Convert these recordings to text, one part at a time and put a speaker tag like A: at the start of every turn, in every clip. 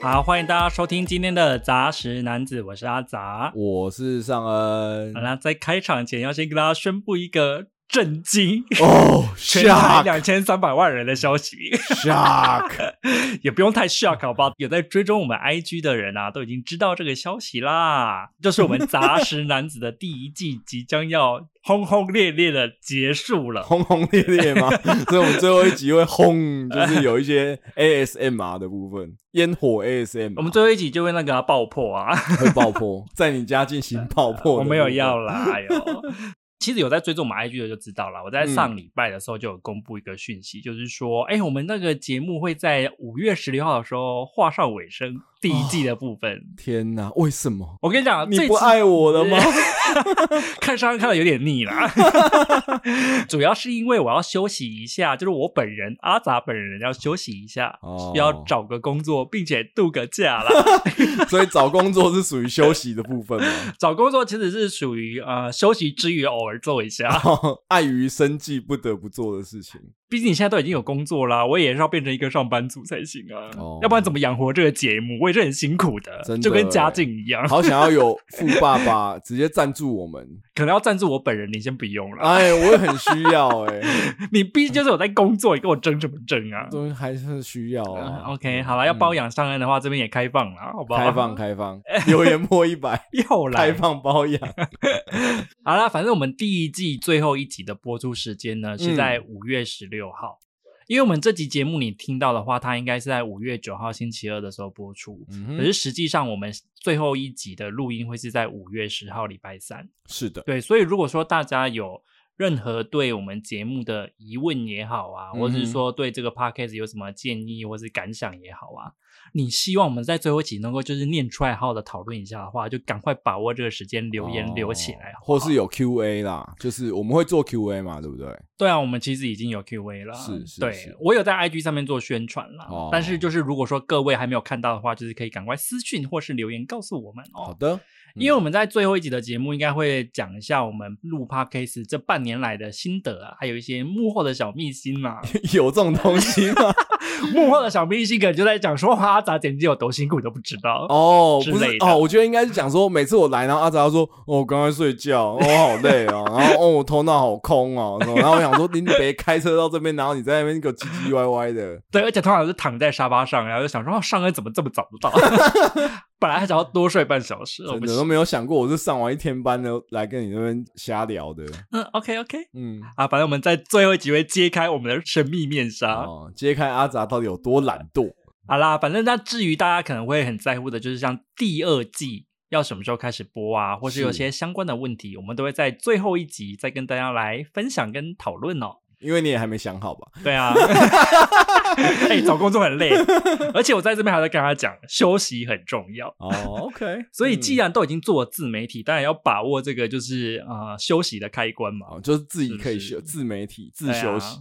A: 好，欢迎大家收听今天的杂食男子，我是阿杂。
B: 我是尚恩
A: 好。啦，在开场前要先跟大家宣布一个震惊
B: 哦
A: 全台
B: ，shock
A: 两千三百万人的消息，
B: shock，
A: 也不用太 shock 好不好？有在追踪我们 IG 的人啊，都已经知道这个消息啦。就是我们杂食男子的第一季即将要轰轰烈烈的结束了。
B: 轰轰烈烈吗？所以我们最后一集 会轰，就是有一些 ASMR 的部分，烟火 ASM，
A: 我们最后一集就会那个啊、爆破啊，
B: 会 爆破，在你家进行爆破。
A: 我没有要，啦，哎 呦。其实有在追踪我们 IG 的就知道了。我在
B: 嗯
A: 上礼拜的时候就有公布一个讯息，就是说，哎、我们那个节目会在五月十六号的时候画上尾声，第一季的部分。
B: 天哪，为什么？
A: 我跟你讲，
B: 哦你
A: 这
B: 不
A: 集
B: 爱我了吗？
A: 看上看到有点腻啦， 主要是因为我要休息一下，就是我本人阿杂本人要休息一下，
B: 哦
A: 要找个工作，并且度个假啦。
B: 所以找工作是属于休息的 部分吗？
A: 找工作其实是属于呃休息之余偶尔做一下，
B: 碍于生计不得不做的事情。
A: 毕竟你现在都已经有工作啦，我也是要变成一个上班族才行啊，
B: 哦
A: 要不然怎么养活这个节目？我也是很辛苦的，
B: 真的
A: 就跟家
B: 欸
A: 境一样，
B: 好想要有富爸爸 直接赞助我们，
A: 可能要赞助我本人，你先不用了，
B: 哎，我也很需要哎、
A: 你毕竟就是有在工作，你跟我争什么争啊？
B: 都还是需要 啊
A: 嗯。OK，好了，要包养上岸的话，这边也开放了，好不好？，
B: 开放开放，留言破一百
A: 又
B: 开
A: 来。
B: 放包养。
A: 好啦，反正我们第一季最后一集的播出时间呢是
B: 嗯
A: 在五月十六号。因为我们这集节目你听到的话，它应该是在五月九号星期二的时候播出，
B: 嗯
A: 可
B: 哼，
A: 是实际上我们最后一集的录音会是在五月十号礼拜三。
B: 是的，
A: 对，所以如果说大家有任何对我们节目的疑问也好啊，或者是
B: 嗯哼
A: 说对这个 podcast 有什么建议或是感想也好啊，你希望我们在最后一集能够就是念出来好好的讨论一下的话，就赶快把握这个时间留言
B: 哦
A: 留起来好不好，
B: 或是有 Q&A 啦，就是我们会做 Q&A 嘛，对不对？
A: 对啊，我们其实已经有 Q&A 了，
B: 是是
A: 对
B: 是
A: 我有在 IG 上面做宣传啦，
B: 哦
A: 但是就是如果说各位还没有看到的话，就是可以赶快私讯或是留言告诉我们哦。
B: 好嗯的，
A: 因为我们在最后一集的节目应该会讲一下我们录 podcast 这半年来的心得啊，还有一些幕后的小秘辛 嘛。
B: 有这种东 西吗？
A: 幕后的小秘辛可能就在讲说哇，咋剪辑有多辛苦都不知道。
B: 哦，
A: 之
B: 不是
A: 类的
B: 哦，我觉得应该是讲说，每次我来，然后阿杂说，哦，我刚才睡觉，哦，好累哦， 然后哦，我头脑好空哦，然后然后我想说，你别开车到这边，然后你在那边给我唧唧歪歪的，
A: 对，而且通常是躺在沙发上，然后就想说、哦、上恩怎么这么早就 到？本来还想要多睡半小时，我
B: 真
A: 不
B: 的都
A: 行。
B: 没有想过我是上完一天班的来跟你那边瞎聊的，
A: 嗯，OK OK
B: 嗯，
A: 啊，反正我们在最后一集会揭开我们的神秘面纱。
B: 哦，揭开阿杂到底有多懒惰，
A: 好啦，反正那至于大家可能会很在乎的，就是像第二季要什么时候开始播啊，或是有些相关的问题，我们都会在最后一集再跟大家来分享跟讨论哦。
B: 因为你也还没想 好吧？
A: 对 啊，哎、找工作很累，而且我在这边还在跟他讲，休息很重要。
B: 哦，OK， 嗯
A: 所以既然都已经做了自媒体，当然要把握这个就是呃休息的开关嘛。
B: 哦，就是自己可以
A: 是
B: 休
A: 不
B: 自媒体自
A: 对
B: 休息
A: 啊。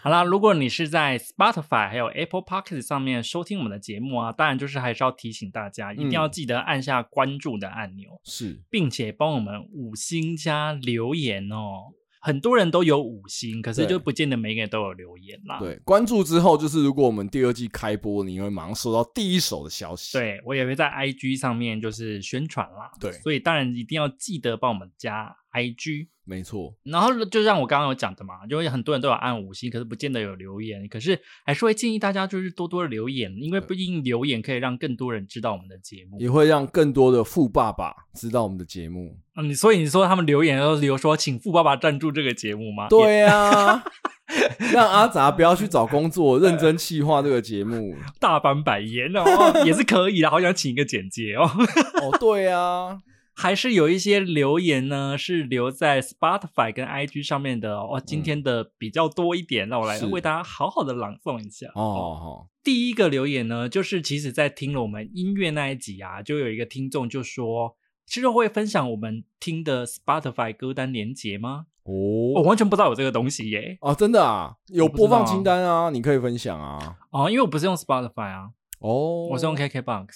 A: 好啦，如果你是在 Spotify 还有 Apple p o c k e t 上面收听我们的节目啊，当然就是还是要提醒大家，一定
B: 嗯
A: 要记得按下关注的按钮，
B: 是
A: 并且帮我们五星加留言哦。很多人都有五星，可是
B: 对
A: 就不见得每个人都有留言啦。
B: 对，关注之后就是，如果我们第二季开播，你会马上收到第一手的消息。
A: 对，，我也会在 IG 上面就是宣传啦。
B: 对
A: 所以当然一定要记得帮我们加 IG。
B: 没错，
A: 然后就像我刚刚有讲的嘛，就会很多人都有按五星，可是不见得有留言，可是还是会建议大家就是多多留言，因为毕竟留言可以让更多人知道我们的节目。
B: 也会让更多的富爸爸知道我们的节目。
A: 嗯，所以你说他们留言都留说请富爸爸赞助这个节目吗？也，
B: 对啊， 让阿杂不要去找工作，认真企划这个节目。
A: 大翻白眼哦， 也是可以的，好想请一个简介哦。
B: 哦，对啊，
A: 还是有一些留言呢，是留在 Spotify 跟 IG 上面的哦。今天的比较多一点，让我来
B: 嗯是
A: 为大家好好的朗诵一下
B: 哦哦，
A: 第一个留言呢，就是其实在听了我们音乐那一集啊，就有一个听众就说。其实会分享我们听的 Spotify 歌单连结吗？我、
B: 哦
A: 完全不知道有这个东西耶！
B: 哦，真的啊，有
A: 我不知
B: 播
A: 道啊
B: 放清单啊，你可以分享啊。
A: 哦，因为我不是用 Spotify 啊，
B: 哦，
A: 我是用 KKBox。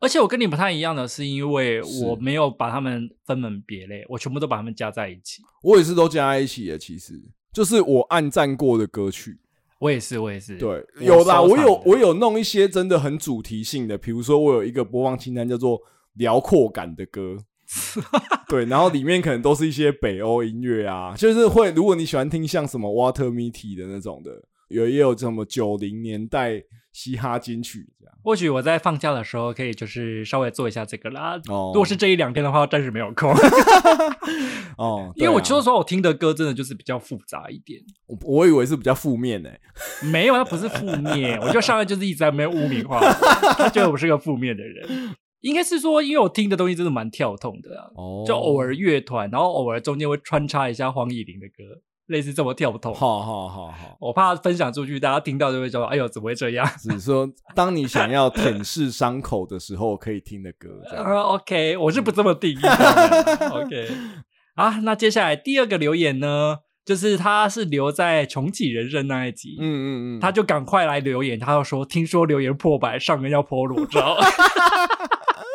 A: 而且我跟你不太一样的是，因为
B: 是
A: 我没有把它们分门别类，我全部都把它们加在一起。
B: 我也是都加在一起的，其实就是我暗赞过的歌曲。
A: 我也是，我也是。
B: 对，有啦，我有我
A: 有
B: 有弄一些真的很主题性的，比如说我有一个播放清单叫做辽阔感 的歌，对，然后里面可能都是一些北欧音乐啊，就是会如果你喜欢听像什么 Water m e t y 的那种的，有也有什么九零年代嘻哈金曲这样。
A: 或许我在放假的时候可以就是稍微做一下这个啦。
B: 哦
A: 如果是这一两天的话，暂时没有空，
B: 哦，
A: 因为我
B: 就
A: 就说我听的歌真的就是比较复杂一点。
B: 我我以为是比较负面呢、
A: 没有，他不是负面，我就上来就是一直在没有污名化我，他觉得我是个负面的人。应该是说，因为我听的东西真的蛮跳痛的啊，
B: 哦
A: 就偶尔乐团，然后偶尔中间会穿插一下黄以玲的歌，类似这么跳痛。
B: 好好好好，
A: 我怕分享出去，大家听到就会说：“哎呦，怎么会这样
B: 只是说当你想要舔舐伤口的时候可以听的歌，这样。
A: 呃？”OK，我是不这么定义的。OK，啊，那接下来第二个留言呢，就是他是留在重启人生那一集，
B: 嗯嗯嗯，
A: 他就赶快来留言，他要说：“听说留言破百，上人要破裸照。”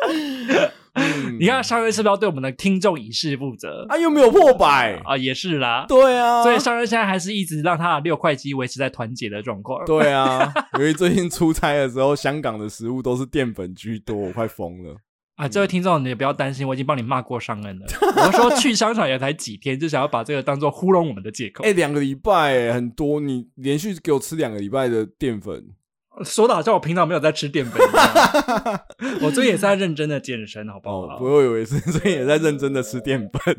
B: 嗯
A: 你看上任是不是要对我们的听众以示负责
B: 啊，又没有破百，
A: 啊？也是啦，
B: 对啊，
A: 所以上任现在还是一直让他的六块肌维持在团结的状况。
B: 对啊，由于最近出差的时候，香港的食物都是淀粉居多，我快 疯了。
A: 啊，这位听众你也不要担心，我已经帮你骂过上 任了。我说去商场也才几天，就想要把这个当做糊弄我们的借口
B: 哎、，两个礼拜、欸、很多，你连续给我吃两个礼拜的淀粉，
A: 说的好像我平常没有在吃淀粉一样。 我最近也是在认真的健身，好不好？
B: 哦，不我以为是 最近也在认真的吃淀粉。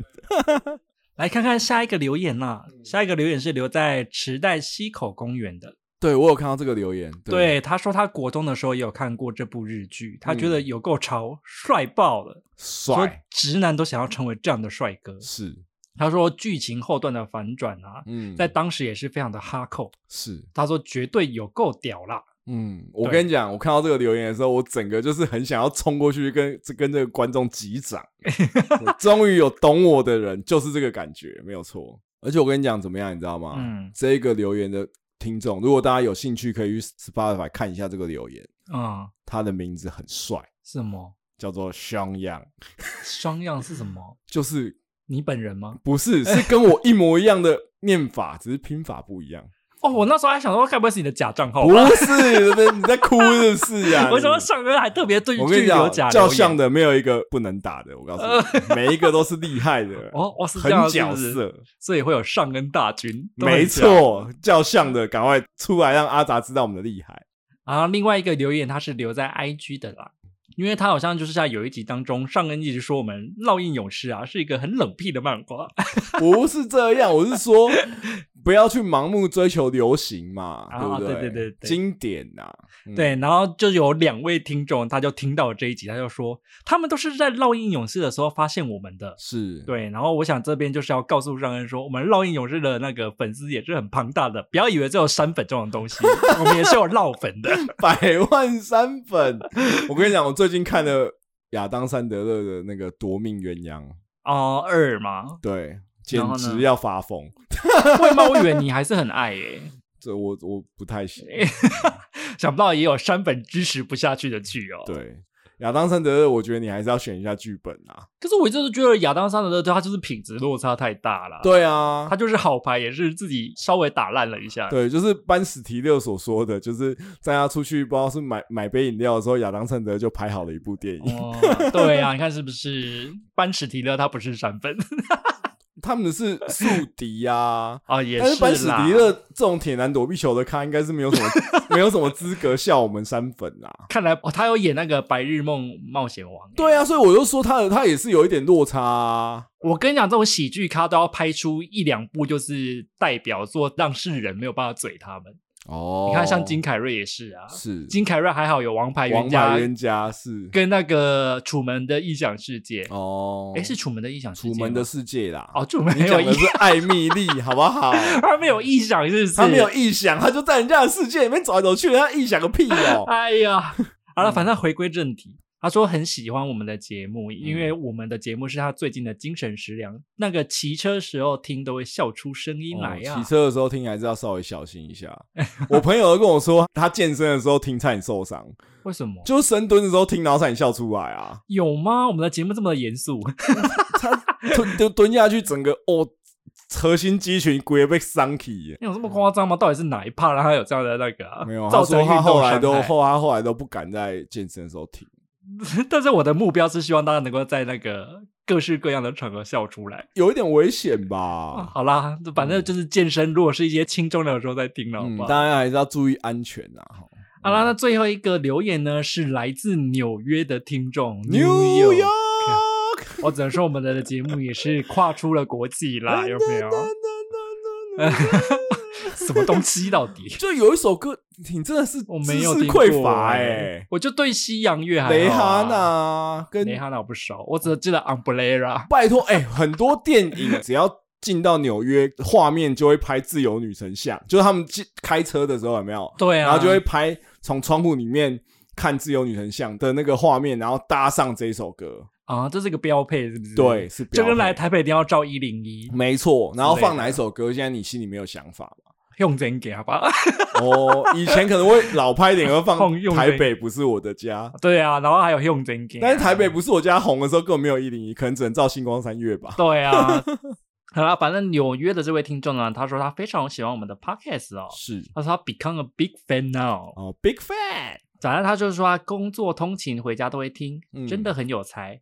A: 来看看下一个留言啦、
B: 嗯
A: 下一个留言是留在池袋西口公园的。
B: 对我有看到这个留言，
A: 对，他说他国中的时候也有看过这部日剧，他觉得有够潮，帅爆了。说
B: 嗯帅
A: 直男都想要成为这样的帅哥。
B: 是，
A: 他说剧情后段的反转啊，
B: 嗯，
A: 在当时也是非常的哈扣。
B: 是，
A: 他说绝对有够屌啦，
B: 嗯，我
A: 对
B: 跟你讲，我看到这个留言的时候，我整个就是很想要冲过去跟跟这个观众 击掌。我终于有懂我的人，就是这个感觉，没有错。而且我跟你讲，怎么样，你知道吗？
A: 嗯
B: 这个留言的听众，如果大家有兴趣，可以去 Spotify 看一下这个留言。
A: 嗯，
B: 他的名字很帅，
A: 什么
B: 叫做 x a n g Yang，
A: 双样是什么？
B: 就是
A: 你本人吗？
B: 不 是是跟我一模一样的念法，只是拼法不一样。
A: 哦，我那时候还想说，该不会是你的假账号
B: 不
A: 吧？
B: 是，你在哭是不 是啊？
A: 为什么
B: 你
A: 上恩还特别 对
B: 我跟
A: 剧
B: 你
A: 有
B: 讲，
A: 假
B: 照
A: 留言
B: 相的没有一个不能打的，我告诉 你，每一个都是厉害的，
A: 哦，哦是这
B: 很
A: 样
B: 角
A: 是不是
B: 色，
A: 所以会有上恩大军，都很
B: 没
A: 屌
B: 错，照相的赶快出来让阿达知道我们的厉 害。
A: 然后另外一个留言他是留在 IG 的啦，因为他好像就是在有一集当中，上恩一直说我们《烙印勇士》啊是一个很冷僻的漫画，
B: 不是这样，我是说不要去盲目追求流行嘛，
A: 啊
B: 对不
A: 对对对对
B: 经典呐，嗯
A: 对，然后就有两位听众他就听到这一集，他就说他们都是在《烙印勇士》的时候发现我们的。
B: 是，
A: 对，然后我想这边就是要告诉上恩说，我们烙印勇士的那个粉丝也是很庞大的，不要以为只有山粉这种东西，我们也是有烙粉的。
B: 百万山粉。我跟你讲，我最近看了亚当·山德勒的那个《夺命鸳鸯》，
A: 哦，二嘛，
B: 对，
A: 然
B: 简
A: 后呢
B: 直要发疯。
A: 会吗？我以为你还是很爱耶、
B: 这我我不太行。
A: 想不到也有山粉支持不下去的剧哦。
B: 对，亚当·山德勒，我觉得你还是要选一下剧本啊。
A: 可是我就是觉得亚当·桑德勒对他就是品质落差太大了。，
B: 对啊
A: 他，就是好牌也是自己稍微打烂了一下。，
B: 对，就是班史提勒所说的，就是在他出去不知道是买买杯饮料的时候，亚当·山德勒就拍好了一部电影。
A: 哦，对啊，你看是不是？班史提勒他不是山分
B: 他们是宿敌啊。
A: 啊， 也
B: 但是班史
A: 啦
B: 迪。勒这种铁男躲避球的咖，应该是没有什么没有什么资格笑我们山粉啦、
A: 看来哦，他有演那个《白日梦冒险王》。欸
B: 对啊，所以我就说他的他也是有一点落差、啊。
A: 我跟你讲，这种喜剧咖都要拍出一两部，就是代表作，让世人没有办法嘴他们。
B: 哦
A: 你看，像金凯瑞也是啊，
B: 是
A: 金凯瑞还好有《王牌
B: 王
A: 冤家
B: 牌》冤家是
A: 跟那个《楚门的异想世界》。
B: 哦，
A: 哎，是《楚门的异想世界
B: 楚》
A: 吗
B: 门的世界啦。
A: 哦，楚门
B: 你
A: 没有
B: 讲
A: 异
B: 的是艾蜜莉，好不好？
A: 他没有异想，是不是？
B: 他没有。臆想，他就在人家的世界里面走来走去，人家臆想个 屁哦、
A: 哎呀，好
B: 嗯
A: 了，反正回归正题。他说很喜欢我们的节目，
B: 嗯
A: 因为我们的节目是他最近的精神食粮。那个骑车时候听都会笑出声音来啊呀、
B: 哦骑车的时候听还是要稍微小心一下。 我朋友都跟我说，他健身的时候听差点受伤，
A: 为什么？
B: 就是深蹲的时候听，然后差点笑出来啊。
A: 有吗？我们的节目这么严肃？
B: 他蹲蹲蹲下去，整个哦核心肌群骨被伤 起。
A: 你有这么夸张吗？到底是哪一趴让他有这样的那个、啊？
B: 没有，
A: 造
B: 他
A: 成
B: 说
A: 运动
B: 他后来
A: 伤
B: 都
A: 害
B: 后他后来都不敢在健身的时候停。
A: 但是我的目标是希望大家能够在那个各式各样的场合笑出来。
B: 有一点危险
A: 啊、
B: 吧。
A: 好啦，反正就是健身，如果是一些轻重量的时候再听了，好
B: 嗯
A: 不，好？
B: 当然还是要注意安全啊。哈
A: 好啦，那最后一个留言呢，是来自纽约的听众
B: New
A: York
B: York，
A: 我只能说，我们的节目也是跨出了国际
B: 哎
A: 啦，有没有？什么东西到 底？
B: 就有一首歌，你真的是
A: 我没有
B: 知识
A: 听过
B: 匮乏哎、
A: 欸我就对西洋乐还
B: 蕾
A: 好
B: 哈
A: 啊
B: 娜跟
A: 蕾哈娜我不熟，我只记得 Umbrella。
B: 拜托哎、很多电影只要进到纽约，画面就会拍自由女神像，就是他们进开车的时候有没有？
A: 对啊，
B: 然后就会拍从窗户里面看自由女神像的那个画面，然后搭上这首歌，
A: 啊，这是一个标配，是不是？
B: 对，，是标
A: 就跟
B: 配嗯
A: 来台北一定要照一零一，
B: 没错，然后
A: 之类的
B: 放哪一首歌？现在你心里没有想法吗？
A: 用真给好 吧？
B: 哦，以前可能会老拍 一点，会放
A: 放用
B: 《
A: 的
B: 台北不是我的家》，
A: 对啊，然后还有用真给，
B: 但是《台北不是我家》红的时候根本没有一零一，可能只能照星光三月吧。
A: 对 啊。好啦，反正纽约的这位听众呢，他说他非常喜欢我们的 podcast 哦，
B: 是
A: 他说他 become a big fan now。
B: 哦，Big Fan，
A: 反正他就是说他工作通勤回家都会听，
B: 嗯
A: 真的很有才。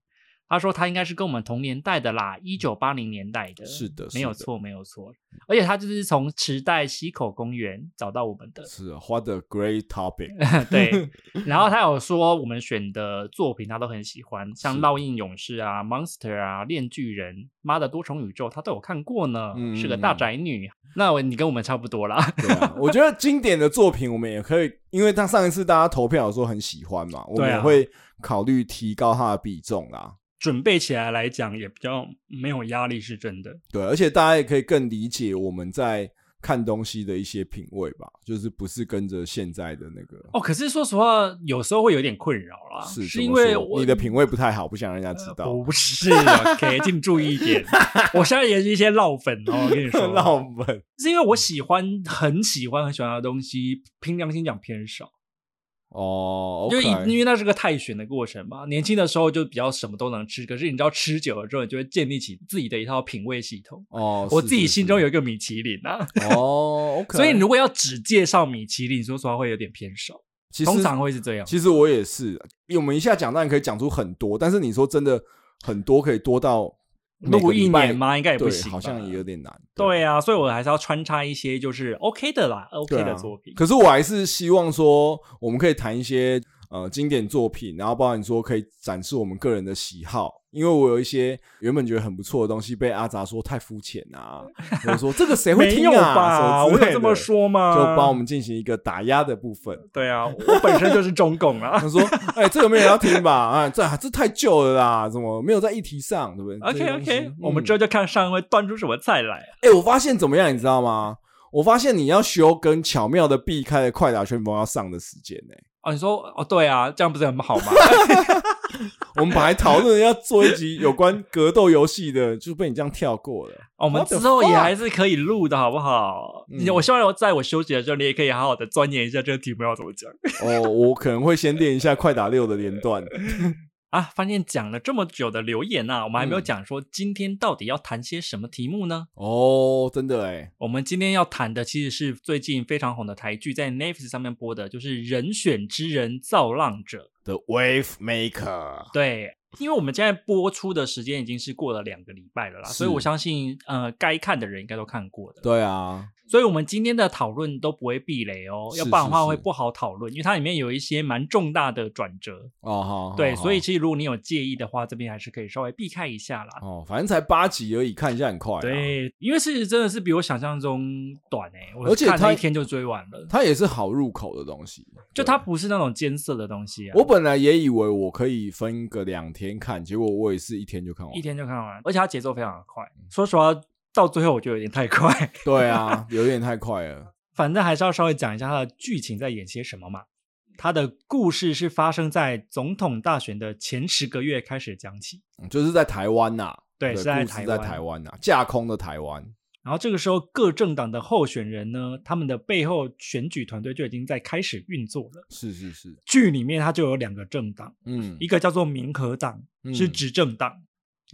A: 他说他应该是跟我们同年代的啦，一九八零年代的，
B: 是的，是的
A: 没有，错，没有错。而且他就是从池袋溪口公园找到我们的，
B: 是啊 What a great topic！
A: 对。然后他有说我们选的作品他都很喜欢，像
B: 是
A: 《烙印勇士》啊、《Monster》啊、《恋巨人》、《妈的多重宇宙》，他都有看过呢，
B: 嗯
A: 是个大宅女。那我你跟我们差不多啦，
B: 对啊，我觉得经典的作品我们也可以，因为他上一次大家投票有说很喜欢嘛，我们
A: 对啊
B: 也会考虑提高它的比重啊啦。
A: 准备起来来讲也比较没有压力，是真的。
B: 对，啊而且大家也可以更理解我们在看东西的一些品味吧，就是不是跟着现在的那个。
A: 哦，可是说实话，有时候会有点困扰啦，
B: 是怎
A: 啊因
B: 么说
A: 为我呃
B: 你的品味不太好，不想让人家知道。
A: 不是 OK，请注意一 点。我现在也是一些老粉哦，我跟你 说，
B: 那我们
A: 是因为我喜欢很喜欢很喜欢的东西，凭良心讲偏少，
B: 哦
A: 因为
B: ，OK，
A: 因为那是个太选的过程嘛。年轻的时候就比较什么都能吃，可是你知道吃久了之后，你就会建立起自己的一套品味系统。
B: 哦，
A: 我
B: 是
A: 自己
B: 是
A: 心
B: 是
A: 中有一个米其林啊，
B: 哦 ，OK。
A: 所以你如果要只介绍米其林，说实话会有点偏少，
B: 其实
A: 通常会是这样。
B: 其实我也是，因为我们一下讲当然可以讲出很多，但是你说真的很多可以多到每
A: 录
B: 个
A: 一
B: 礼拜
A: 年吗？应该也不
B: 对
A: 行吧，
B: 好像也有点难。
A: 对啊，所以我还是要穿插一些就是 OK 的啦，OK
B: 对啊
A: 的作品。
B: 可是我还是希望说，我们可以谈一些呃经典作品，然后包含说可以展示我们个人的喜好。因为我有一些原本觉得很不错的东西，被阿杂说太肤浅啊，或者说这个谁会
A: 没
B: 听
A: 有
B: 啊，
A: 吧？
B: 什
A: 我
B: 么之
A: 有
B: 类的
A: 这么，说啊吗？
B: 就帮我们进行一个打压的部分。
A: 对啊，我本身就是中共啊
B: 他。说：“哎、这个没有人要听吧？啊，这这太旧了啦，怎么没有在议题上，对不对
A: OK OK，我们之
B: 这
A: 后就看上一位端出什么菜来。
B: 嗯哎、我发现怎么样，你知道吗？我发现你要修跟巧妙的避开了快打旋风要上的时间呢、
A: 哦，你说哦，对啊，这样不是很好 吗？
B: 我们本来讨论要做一集有关格斗游戏的，就被你这样跳过了。
A: 哦我们
B: What the
A: 之后也
B: fuck？
A: 还是可以录的，好不好？
B: 嗯
A: 我希望我在我休息的时候，你也可以好好的钻研一下这个题目要怎么讲
B: 哦，我可能会先练一下快打六的连段。
A: 啊。发现讲了这么久的留言啊，我们还
B: 嗯
A: 没有讲说今天到底要谈些什么题目呢？
B: 哦，真的哎、
A: 我们今天要谈的其实是最近非常红的台剧，在 Netflix 上面播的，就是《人选之人造浪者》。
B: The Wave Maker。
A: 对，因为我们现在播出的时间已经是过了两个礼拜了啦，
B: 是
A: 所以我相信呃，该看的人应该都看过的。
B: 对啊，
A: 所以我们今天的讨论都不会避雷哦，
B: 是
A: 要不然的
B: 是
A: 话
B: 是
A: 会不好讨论，因为它里面有一些蛮重大的转折。
B: 哦好，
A: 对，
B: 好
A: 所以
B: 好
A: 其实如果你有介意的话，这边还是可以稍微避开一下啦。
B: 哦，反正才八集而已，看一下很快、啊。。
A: 对，因为事实真的是比我想象中短诶、我
B: 而且
A: 看
B: 它
A: 了一天就追完了。
B: 它也是好入口的东西，
A: 就
B: 对
A: 它。不是那种艰涩的东西啊，
B: 我本来也以为我可以分个两天看，结果我也是一天就看完。
A: 一天就看完，而且它节奏非常的快。
B: 嗯
A: 说实话，到最后我觉得有点太快。
B: 对啊，有点太快了。
A: 反正还是要稍微讲一下它的剧情在演些什么嘛。它的故事是发生在总统大选的前十个月开始讲起，
B: 嗯就是在台湾呐、
A: 对，
B: 对，
A: 是在
B: 故事
A: 台
B: 在
A: 湾。
B: 台湾呐、架空的台湾。
A: 然后这个时候，各政党的候选人呢，他们的背后选举团队就已经在开始运作了。
B: 是是是，
A: 剧里面它就有两个政党，
B: 嗯
A: 一个叫做民和党，
B: 嗯
A: 是执政党。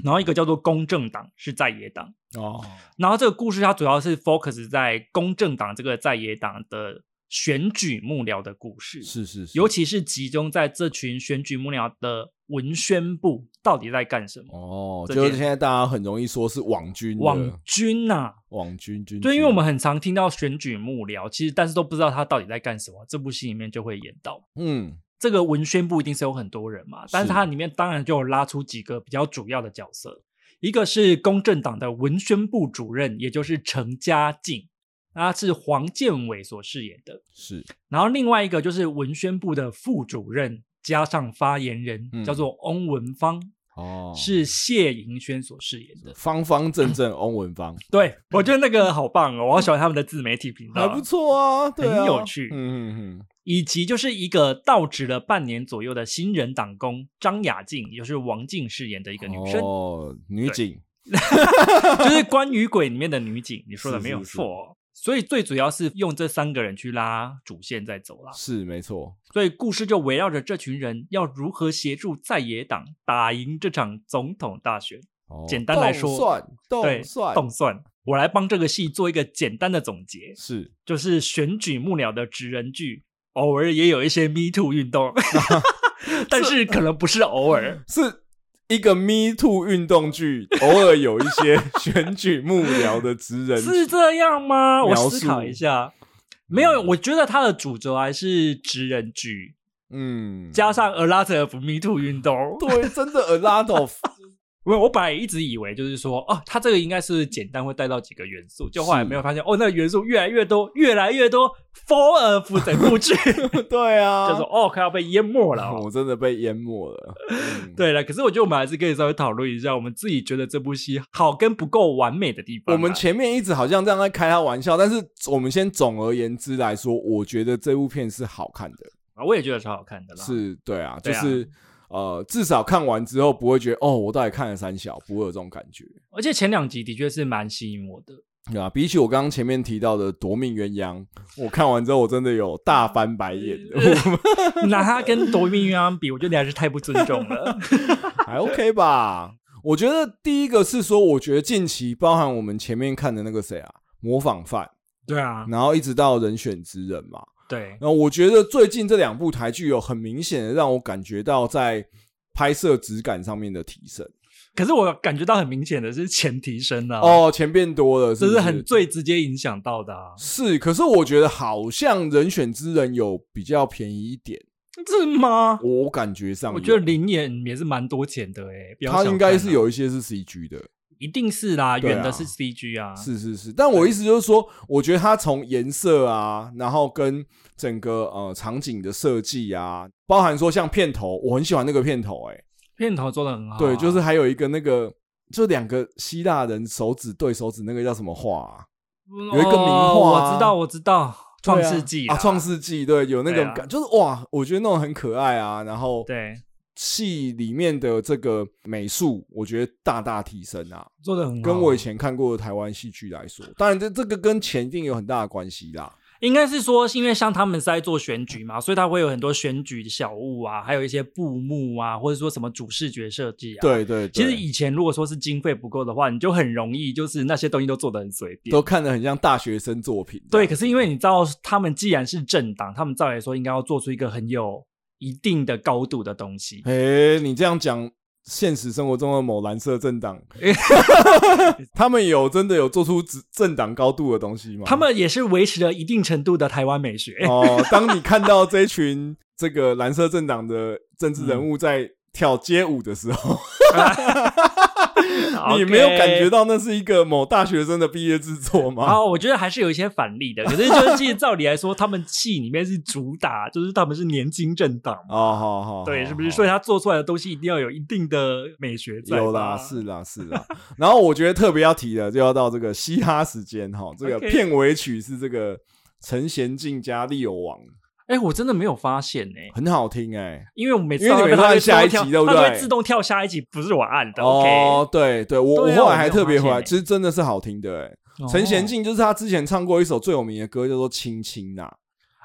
A: 然后一个叫做公正党是在野党。
B: 哦，
A: 然后这个故事它主要是 focus 在公正党这个在野党的选举幕僚的故事，
B: 是是是，
A: 尤其是集中在这群选举幕僚的文宣部到底在干什么？
B: 哦，啊
A: 这
B: 就是
A: 件
B: 现在大家很容易说是网军的，
A: 网军啊呐、
B: 网军军，
A: 对，因为我们很常听到选举幕僚，其实但是都不知道他到底在干什么。这部戏里面就会演到，
B: 嗯
A: 这个文宣部一定是有很多人嘛，但是
B: 是
A: 它里面当然就有拉出几个比较主要的角色，一个是公正党的文宣部主任，也就是陈嘉静，他是黄建伟所饰演的。
B: 是
A: 然后另外一个就是文宣部的副主任加上发言人，
B: 嗯
A: 叫做翁文芳，
B: 哦
A: 是谢盈萱所饰演的。
B: 方方正正翁文芳，
A: 对，我觉得那个好棒哦，我好喜欢他们的自媒体频道
B: 还
A: 啊，
B: 不错啊，对啊
A: 很有趣
B: 嗯嗯嗯，
A: 以及就是一个到职了半年左右的新人党工张雅静，也就是王静饰演的一个女生，
B: 哦，女警
A: 就是《关于鬼》里面的女警，你说的没有
B: 是是是
A: 错哦、所以最主要是用这三个人去拉主线在走啦，
B: 是没错，
A: 所以故事就围绕着这群人要如何协助在野党打赢这场总统大选。
B: 哦
A: 简单来说
B: 动算
A: 对
B: 动，算
A: 动算。我来帮这个戏做一个简单的总结，
B: 是，
A: 就是选举幕僚的职人剧，偶尔也有一些 Me Too 运 动，但是可能不是偶尔。
B: 是一个 Me Too 运动剧，偶尔有一些 选举幕僚的职人
A: 是这样吗？我
B: 描述
A: 思考一下，没有，我觉得它的主轴还是职人剧，
B: 嗯，
A: 加上 A lot of Me Too 运动。
B: 对，真的 a lot of
A: 我我本来一直以为就是说，哦，它这个应该是简单会带到几个元素，就后来
B: 是
A: 没有发现，哦，那个元素越来越多，越来越多，for of 整部 剧，
B: 对啊，
A: 就说哦，快要被淹没了、哦。
B: 我真的被淹没了，嗯
A: 对了，可是我觉得我们还是可以稍微讨论一下，我们自己觉得这部戏好跟不够完美的地方啊。
B: 我们前面一直好像这样在开他玩笑，但是我们先总而言之来说，我觉得这部片是好看的，
A: 啊我也觉得超好看的啦。，
B: 是对啊，
A: 对
B: 就
A: 啊
B: 是、呃，至少看完之后不会觉得哦，我到底看了三小，不会有这种感觉，
A: 而且前两集的确是蛮吸引我的。
B: 对啊，比起我刚刚前面提到的《夺命鸳鸯》，我看完之后我真的有大翻 白眼，
A: 拿它跟《夺命鸳鸯》比，我觉得你还是太不尊重 了。
B: 还 OK 吧？我觉得第一个是说，我觉得近期包含我们前面看的那个谁啊，模仿犯，
A: 对啊，
B: 然后一直到人选之人嘛，
A: 对，
B: 然后我觉得最近这两部台剧有很明显的让我感觉到在拍摄质感上面的提升
A: 可是我感觉到很明显的是前提升啊，，
B: 哦，钱变多了，是
A: 这
B: 不
A: 是很最直接影响到的啊，
B: 是。可是我觉得好像人选之人有比较便宜一点，
A: 是吗？
B: 我感觉上有，
A: 我觉得零演也是蛮多钱的诶、不要小
B: 他
A: 看啊
B: 应该是，有一些是 CG 的，
A: 一定是啦，
B: 对啊
A: 远的是 CG 啊，
B: 是是是。但我意思就是说，我觉得他从颜色啊，然后跟整个呃场景的设计啊，包含说像片头，我很喜欢那个片头、欸，
A: 片头做的很好啊、
B: 对，就是还有一个那个，就两个希腊人手指对手指，那个叫什么画、啊？
A: 有
B: 有一个名画啊
A: 我知道，我知道，《创
B: 对啊
A: 世纪》
B: 啊，创世纪，对，有那
A: 对
B: 种
A: 啊
B: 感，就是哇，我觉得那种很可爱啊。然后
A: 对
B: 戏里面的这个美术，我觉得大大提升啊，
A: 做的很好，
B: 跟我以前看过的台湾戏剧来说，当然这这个跟钱一定有很大的关系啦。
A: 应该是说，因为像他们是在做选举嘛，所以他会有很多选举的小物啊，还有一些布幕啊，或者说什么主视觉设计啊。，
B: 对对对，
A: 其实以前如果说是经费不够的话，你就很容易就是那些东西都做的很随便
B: 都。看得很像大学生作品。
A: 对，可是因为你知道，他们既然是政党，他们照理说应该要做出一个很有一定的高度的东西。
B: 诶、你这样讲，现实生活中的某蓝色政 党，他们有真的有做出只政党高度的东西吗？
A: 他们也是维持了一定程度的台湾美学。
B: 哦，当你看到这群这个蓝色政党的政治人物
A: 嗯
B: 在跳街舞的时候，哦你没有感
A: OK
B: 觉到那是一个某大学生的毕业制作
A: 然
B: 吗？
A: 后我觉得还是有一些反例的，可是就是其实照理来说，他们戏里面是主打，就是他们是年轻政党嘛，
B: 哦，好好，
A: 对，是不是？
B: 好
A: 所以他做出来的东西一定要有一定的美学 在吧。
B: 有啦，是啦，是啦。然后我觉得特别要提的，就要到这个嘻哈时间哈。这个
A: OK
B: 片尾曲是这个陈贤进加利友王，
A: 哎、我真的没有发现哎、
B: 很好听哎、
A: 因为我每次
B: 因为你
A: 都
B: 每次
A: 它
B: 按
A: 会
B: 下一
A: 自动
B: 集
A: 跳
B: 对不
A: 它都会
B: 对
A: 自动跳下一集，不是我按的。
B: 哦，对对，我
A: 对啊
B: 我后
A: 我
B: 来
A: 没
B: 还
A: 有
B: 特别
A: 发
B: 回来，
A: 现哦
B: 其实真的是好听的哎、
A: OK，
B: 陈贤进就是他之前唱过一首最有名的歌，叫做《青青》呐。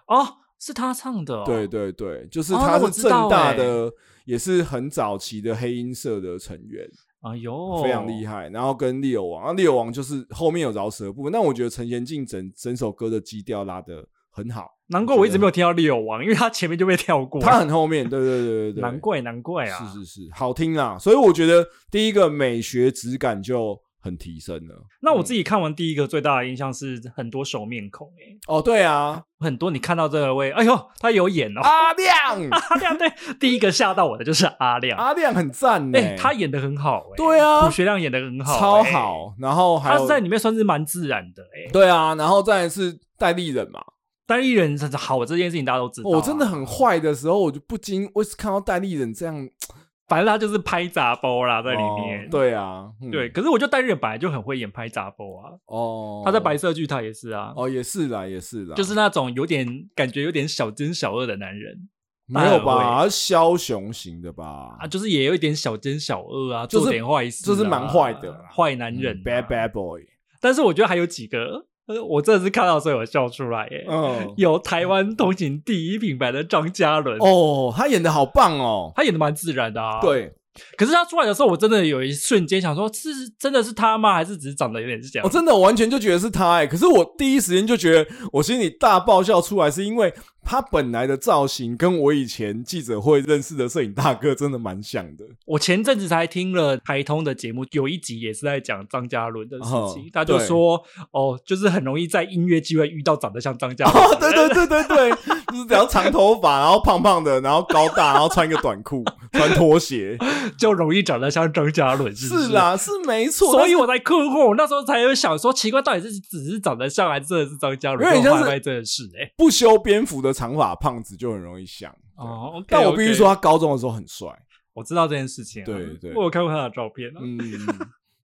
A: 哦，是他唱的、哦，
B: 对，对对，就是
A: 哦
B: 他
A: 那我
B: 是
A: 知
B: 正
A: 道
B: 大
A: 欸
B: 的，也是很早期的黑音社的成员。
A: 哎呦，
B: 非常厉
A: 害。
B: 害。然后跟猎友王，啊，猎友王就是后面有饶舌的部分，但我觉得陈贤进整整首歌的基调拉的很好，
A: 难怪我一直没有听到利友王，因为他前面就被跳过。
B: 他很后面，对对对对对，
A: 难怪难怪啊！
B: 是是是，好听啦。所以我觉得第一个美学质感就很提升了。
A: 那我自己看完第一个最大的印象是很多熟面孔、欸，
B: 哦，对啊，
A: 很多你看到这位，哎呦，他有 演哦，
B: 阿亮，
A: 阿亮对，第一个吓到我的就是阿亮，
B: 阿亮很赞呢、
A: 哎、他演的很好、哎，
B: 对啊
A: 朴学亮演的很好、
B: 超
A: 哎，
B: 好。然后还
A: 他
B: 有
A: 在里面算是蛮自然的、哎，
B: 对啊，然后再来是戴立人嘛。
A: 单一人好这件事情大家都知道、
B: 哦
A: 啊
B: 我、真的，很坏的时候，我就不禁我是看到戴立人这样
A: 反正他就是拍杂包啦，在里面，
B: 哦对啊，嗯
A: 对，可是我觉得单一人本来就很会演拍杂包啊，
B: 哦，
A: 他在白色剧他也是啊，
B: 哦，也是啦，也是啦，
A: 就是那种有点感觉有点小奸小恶的男人
B: 没有
A: 哎
B: 吧，他是枭雄型的吧？
A: 啊，就是也有一点小奸小恶啊，
B: 就是
A: 做点坏事啊、
B: 就是蛮坏的啦
A: 坏男人、啊
B: 嗯 bad bad boy，
A: 但是我觉得还有几个，呃，我真的是看到的时候有笑出来耶。
B: 嗯，
A: 有台湾通勤第一品牌的张嘉伦，
B: 哦，他演的好棒哦，
A: 他演的蛮自然的啊。，
B: 对，
A: 可是他出来的时候，我真的有一瞬间想说，是真的是他吗？还是只是长得有点像
B: 我、？真的完全就觉得是他哎、可是我第一时间就觉得我心里大爆笑出来，是因为他本来的造型跟我以前记者会认识的摄影大哥真的蛮像 的，
A: 我前阵子才听了台通的节目，有一集也是在讲张嘉伦的事情，
B: 哦
A: 他就
B: 对
A: 说，哦，就是很容易在音乐机会遇到长得像 张嘉伦
B: 哦，
A: 的
B: 对
A: 人。
B: 对对对对，就是只要长头发，然后胖胖的，然后高大，然后穿一个短裤，穿拖鞋，
A: 就容易长得像张嘉伦， 是不
B: 是啦，是没错，
A: 所以我才困惑，我那时候才有想说，奇怪，到底是只是长得像，还是真的是张嘉伦？
B: 有点像是
A: 我后来发现真的是哎、
B: 不修边幅的长发胖子就很容易像。
A: 哦 o k
B: 但我必须说，，他高中的时候很帅。
A: 我知道这件事情、啊。
B: 对对
A: 我有看过他的照片、啊。
B: 嗯，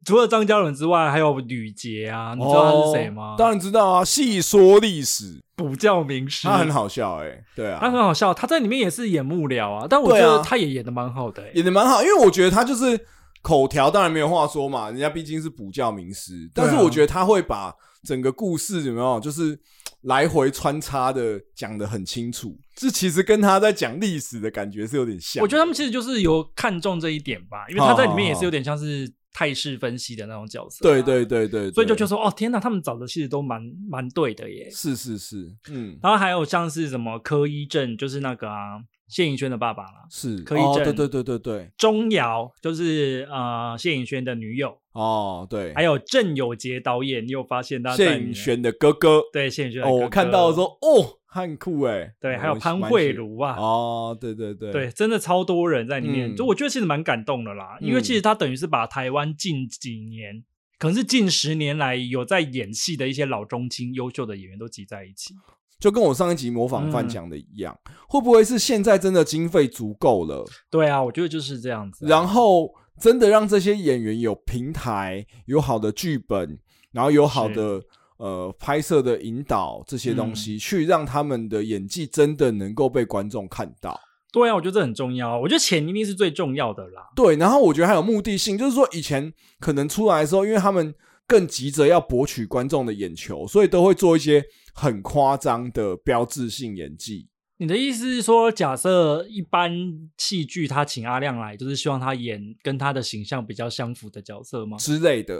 A: 除了张嘉伦之外，还有吕杰啊，你知道他是谁吗？
B: 哦当然知道啊，细说历史，
A: 补教名师，
B: 他很，好笑哎、对
A: 他
B: 啊
A: 很，好笑。他在里面也是演幕僚啊，但我觉
B: 对
A: 得
B: 啊
A: 他也演的蛮好的、欸。
B: 演的蛮好，因为我觉得他就是口条，当然没有话说嘛，人家毕竟是补教名师，但是
A: 对啊
B: 我觉得他会把整个故事有没有就是嘖来回穿插的讲的很清楚，这其实跟他在讲历史的感觉是有点像的。
A: 我觉得他们其实就是有看中这一点吧，因为他在里面也是有点像是态势分析的那种角色、啊
B: 对对，对对，对
A: 所以就觉得说，哦，天哪，他们找的其实都蛮蛮对的耶。
B: 是是是，嗯，
A: 然后还有像是什么柯一正，就是那个啊谢颖轩的爸爸啦，
B: 是
A: 柯以
B: 哦
A: 正
B: 对对对对对，
A: 钟瑶就是呃谢颖轩的女友，
B: 哦对，
A: 还有郑有杰导演，你有发现他在
B: 谢
A: 里
B: 颖
A: 面
B: 轩的哥哥，
A: 对谢颖轩的
B: 哦，
A: 哥
B: 我
A: 哥
B: 看到的时候，哦，很酷哎，
A: 对，还有
B: 我喜
A: 潘
B: 蛮
A: 慧
B: 喜
A: 茹啊。
B: 哦，对对对，
A: 对，真的超多人在里面，
B: 嗯
A: 就我觉得其实蛮感动的啦，因为
B: 嗯
A: 其实他等于是把台湾近几年，可能是近十年来有在演戏的一些老中青优秀的演员都集在一起。
B: 就跟我上一集模仿范
A: 嗯
B: 强的一样，会不会是现在真的经费足够了，
A: 对啊，我觉得就是这样子啊、
B: 然后真的让这些演员有平台，有好的剧本，然后有好的呃拍摄的引导这些
A: 嗯
B: 东西，去让他们的演技真的能够被观众看到。
A: 对啊，我觉得这很重要，我觉得钱一定是最重要的啦。
B: 对，然后我觉得还有目的性，就是说以前可能出来的时候，因为他们更急着要博取观众的眼球，所以都会做一些很夸张的标志性演技。
A: 你的意思是说，假设一般戏剧他请阿亮来，就是希望他演跟他的形象比较相符的角色吗？
B: 之类的。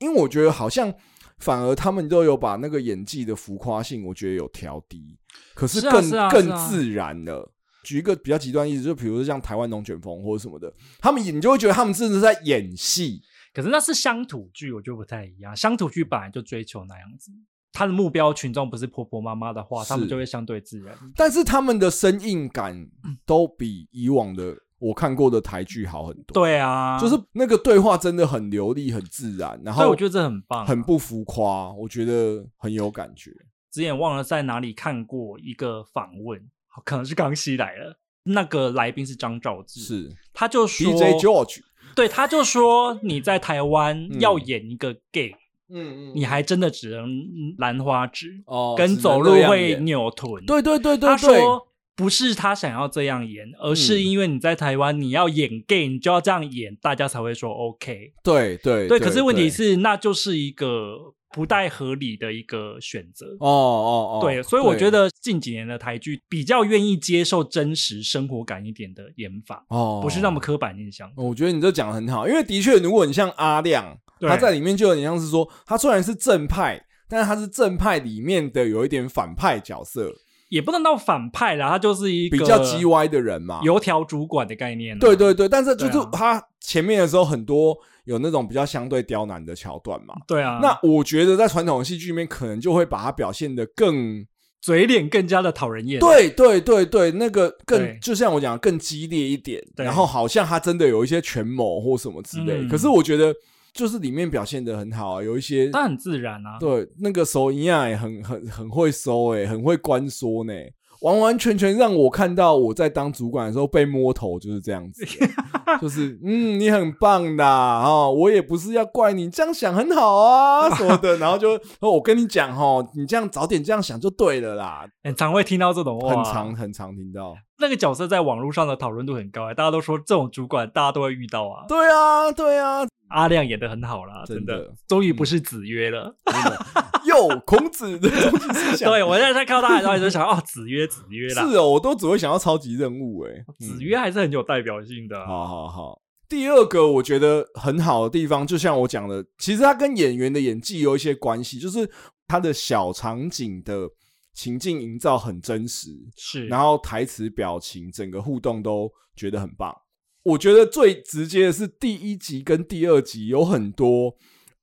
B: 因为我觉得好像反而他们都有把那个演技的浮夸性，我觉得有调低，可
A: 是啊
B: 更
A: 是啊是
B: 更
A: 啊
B: 自然了。举一个比较极端的例子，就比如说像台湾龙卷风或者什么的，他们演你就会觉得他们真的是在演戏。
A: 可是那是乡土剧，我觉得不太一样。乡土剧本来就追求那样子，他的目标群众不是婆婆妈妈的话，
B: 是
A: 他们就会相对自然。
B: 但是他们的生硬感
A: 嗯
B: 都比以往的我看过的台剧好很多。
A: 对啊，
B: 就是那个对话真的很流利、很自然，然
A: 所以
B: 后
A: 我觉得这很棒啊、
B: 很不浮夸，我觉得很有感觉。
A: 之前忘了在哪里看过一个访问，可能是康熙来了，那个来宾是张兆志，
B: 是
A: 他就说
B: DJ George，嗯
A: 对，他就说你在台湾要演一个 gay，、
B: 嗯嗯
A: 你还真的只能嗯兰花指，
B: 哦
A: 跟走路会扭臀。
B: 对对对对
A: 他
B: 对，
A: 说不是他想要这样演，而是
B: 嗯
A: 因为你在台湾你要演 gay，你就要这样演，大家才会说 OK。
B: 对对
A: 对，可是问题，是那就是一个不太合理的一个选择。
B: 哦哦哦，
A: 对，所以我觉得近几年的台剧比较愿意接受真实生活感一点的演法，
B: 哦，
A: 不是那么刻板印象。
B: 我觉得你这讲的很好，因为的确，如果你像阿亮，
A: 对
B: 他在里面就有点像是说，他虽然是正派，但是他是正派里面的有一点反派角色，
A: 也不能到反派啦，他就是一个
B: 比较叽歪的人嘛。
A: 油条主管的概念啊。
B: 对对对，但是就
A: 对
B: 是
A: 啊
B: 他前面的时候很多有那种比较相对刁难的桥段嘛。
A: 对啊，
B: 那我觉得在传统戏剧里面，可能就会把它表现的更
A: 嘴脸更加的讨人厌。
B: 对对对对，那个
A: 对
B: 更就像我讲的更激烈一点，
A: 对
B: 然后好像他真的有一些权谋或什么之类。
A: 嗯
B: 可是我觉得就是里面表现的很好啊，有一些
A: 他很自然啊。
B: 对那个手一样也很很很会收哎、很会关缩呢、完完全全让我看到我在当主管的时候被摸头就是这样子欸、就是嗯，你很棒的哦，我也不是要怪你，这样想很好啊什么的，然后就哦我跟你讲哦，你这样早点这样想就对了啦，
A: 很常会听到这种话，
B: 很常很常听到。
A: 那个角色在网络上的讨论度很高、啊大家都说这种主管大家都会遇到啊。
B: 对啊，对啊，
A: 阿亮演的很好啦，真
B: 真的嗯
A: 终于不是子曰 了。
B: 真的哟，孔子的东西思 想
A: 对，我现在看到他的时候，就想哦，子曰，子曰啦，
B: 是哦，我都只会想要超级任务哎、
A: 哦子
B: 嗯
A: 曰还是很有代表性的、啊。
B: 好好好。第二个我觉得很好的地方，就像我讲的，其实它跟演员的演技有一些关系，就是它的小场景的情境营造很真实，
A: 是，
B: 然后台词、表情、整个互动都觉得很棒。我觉得最直接的是第一集跟第二集有很多，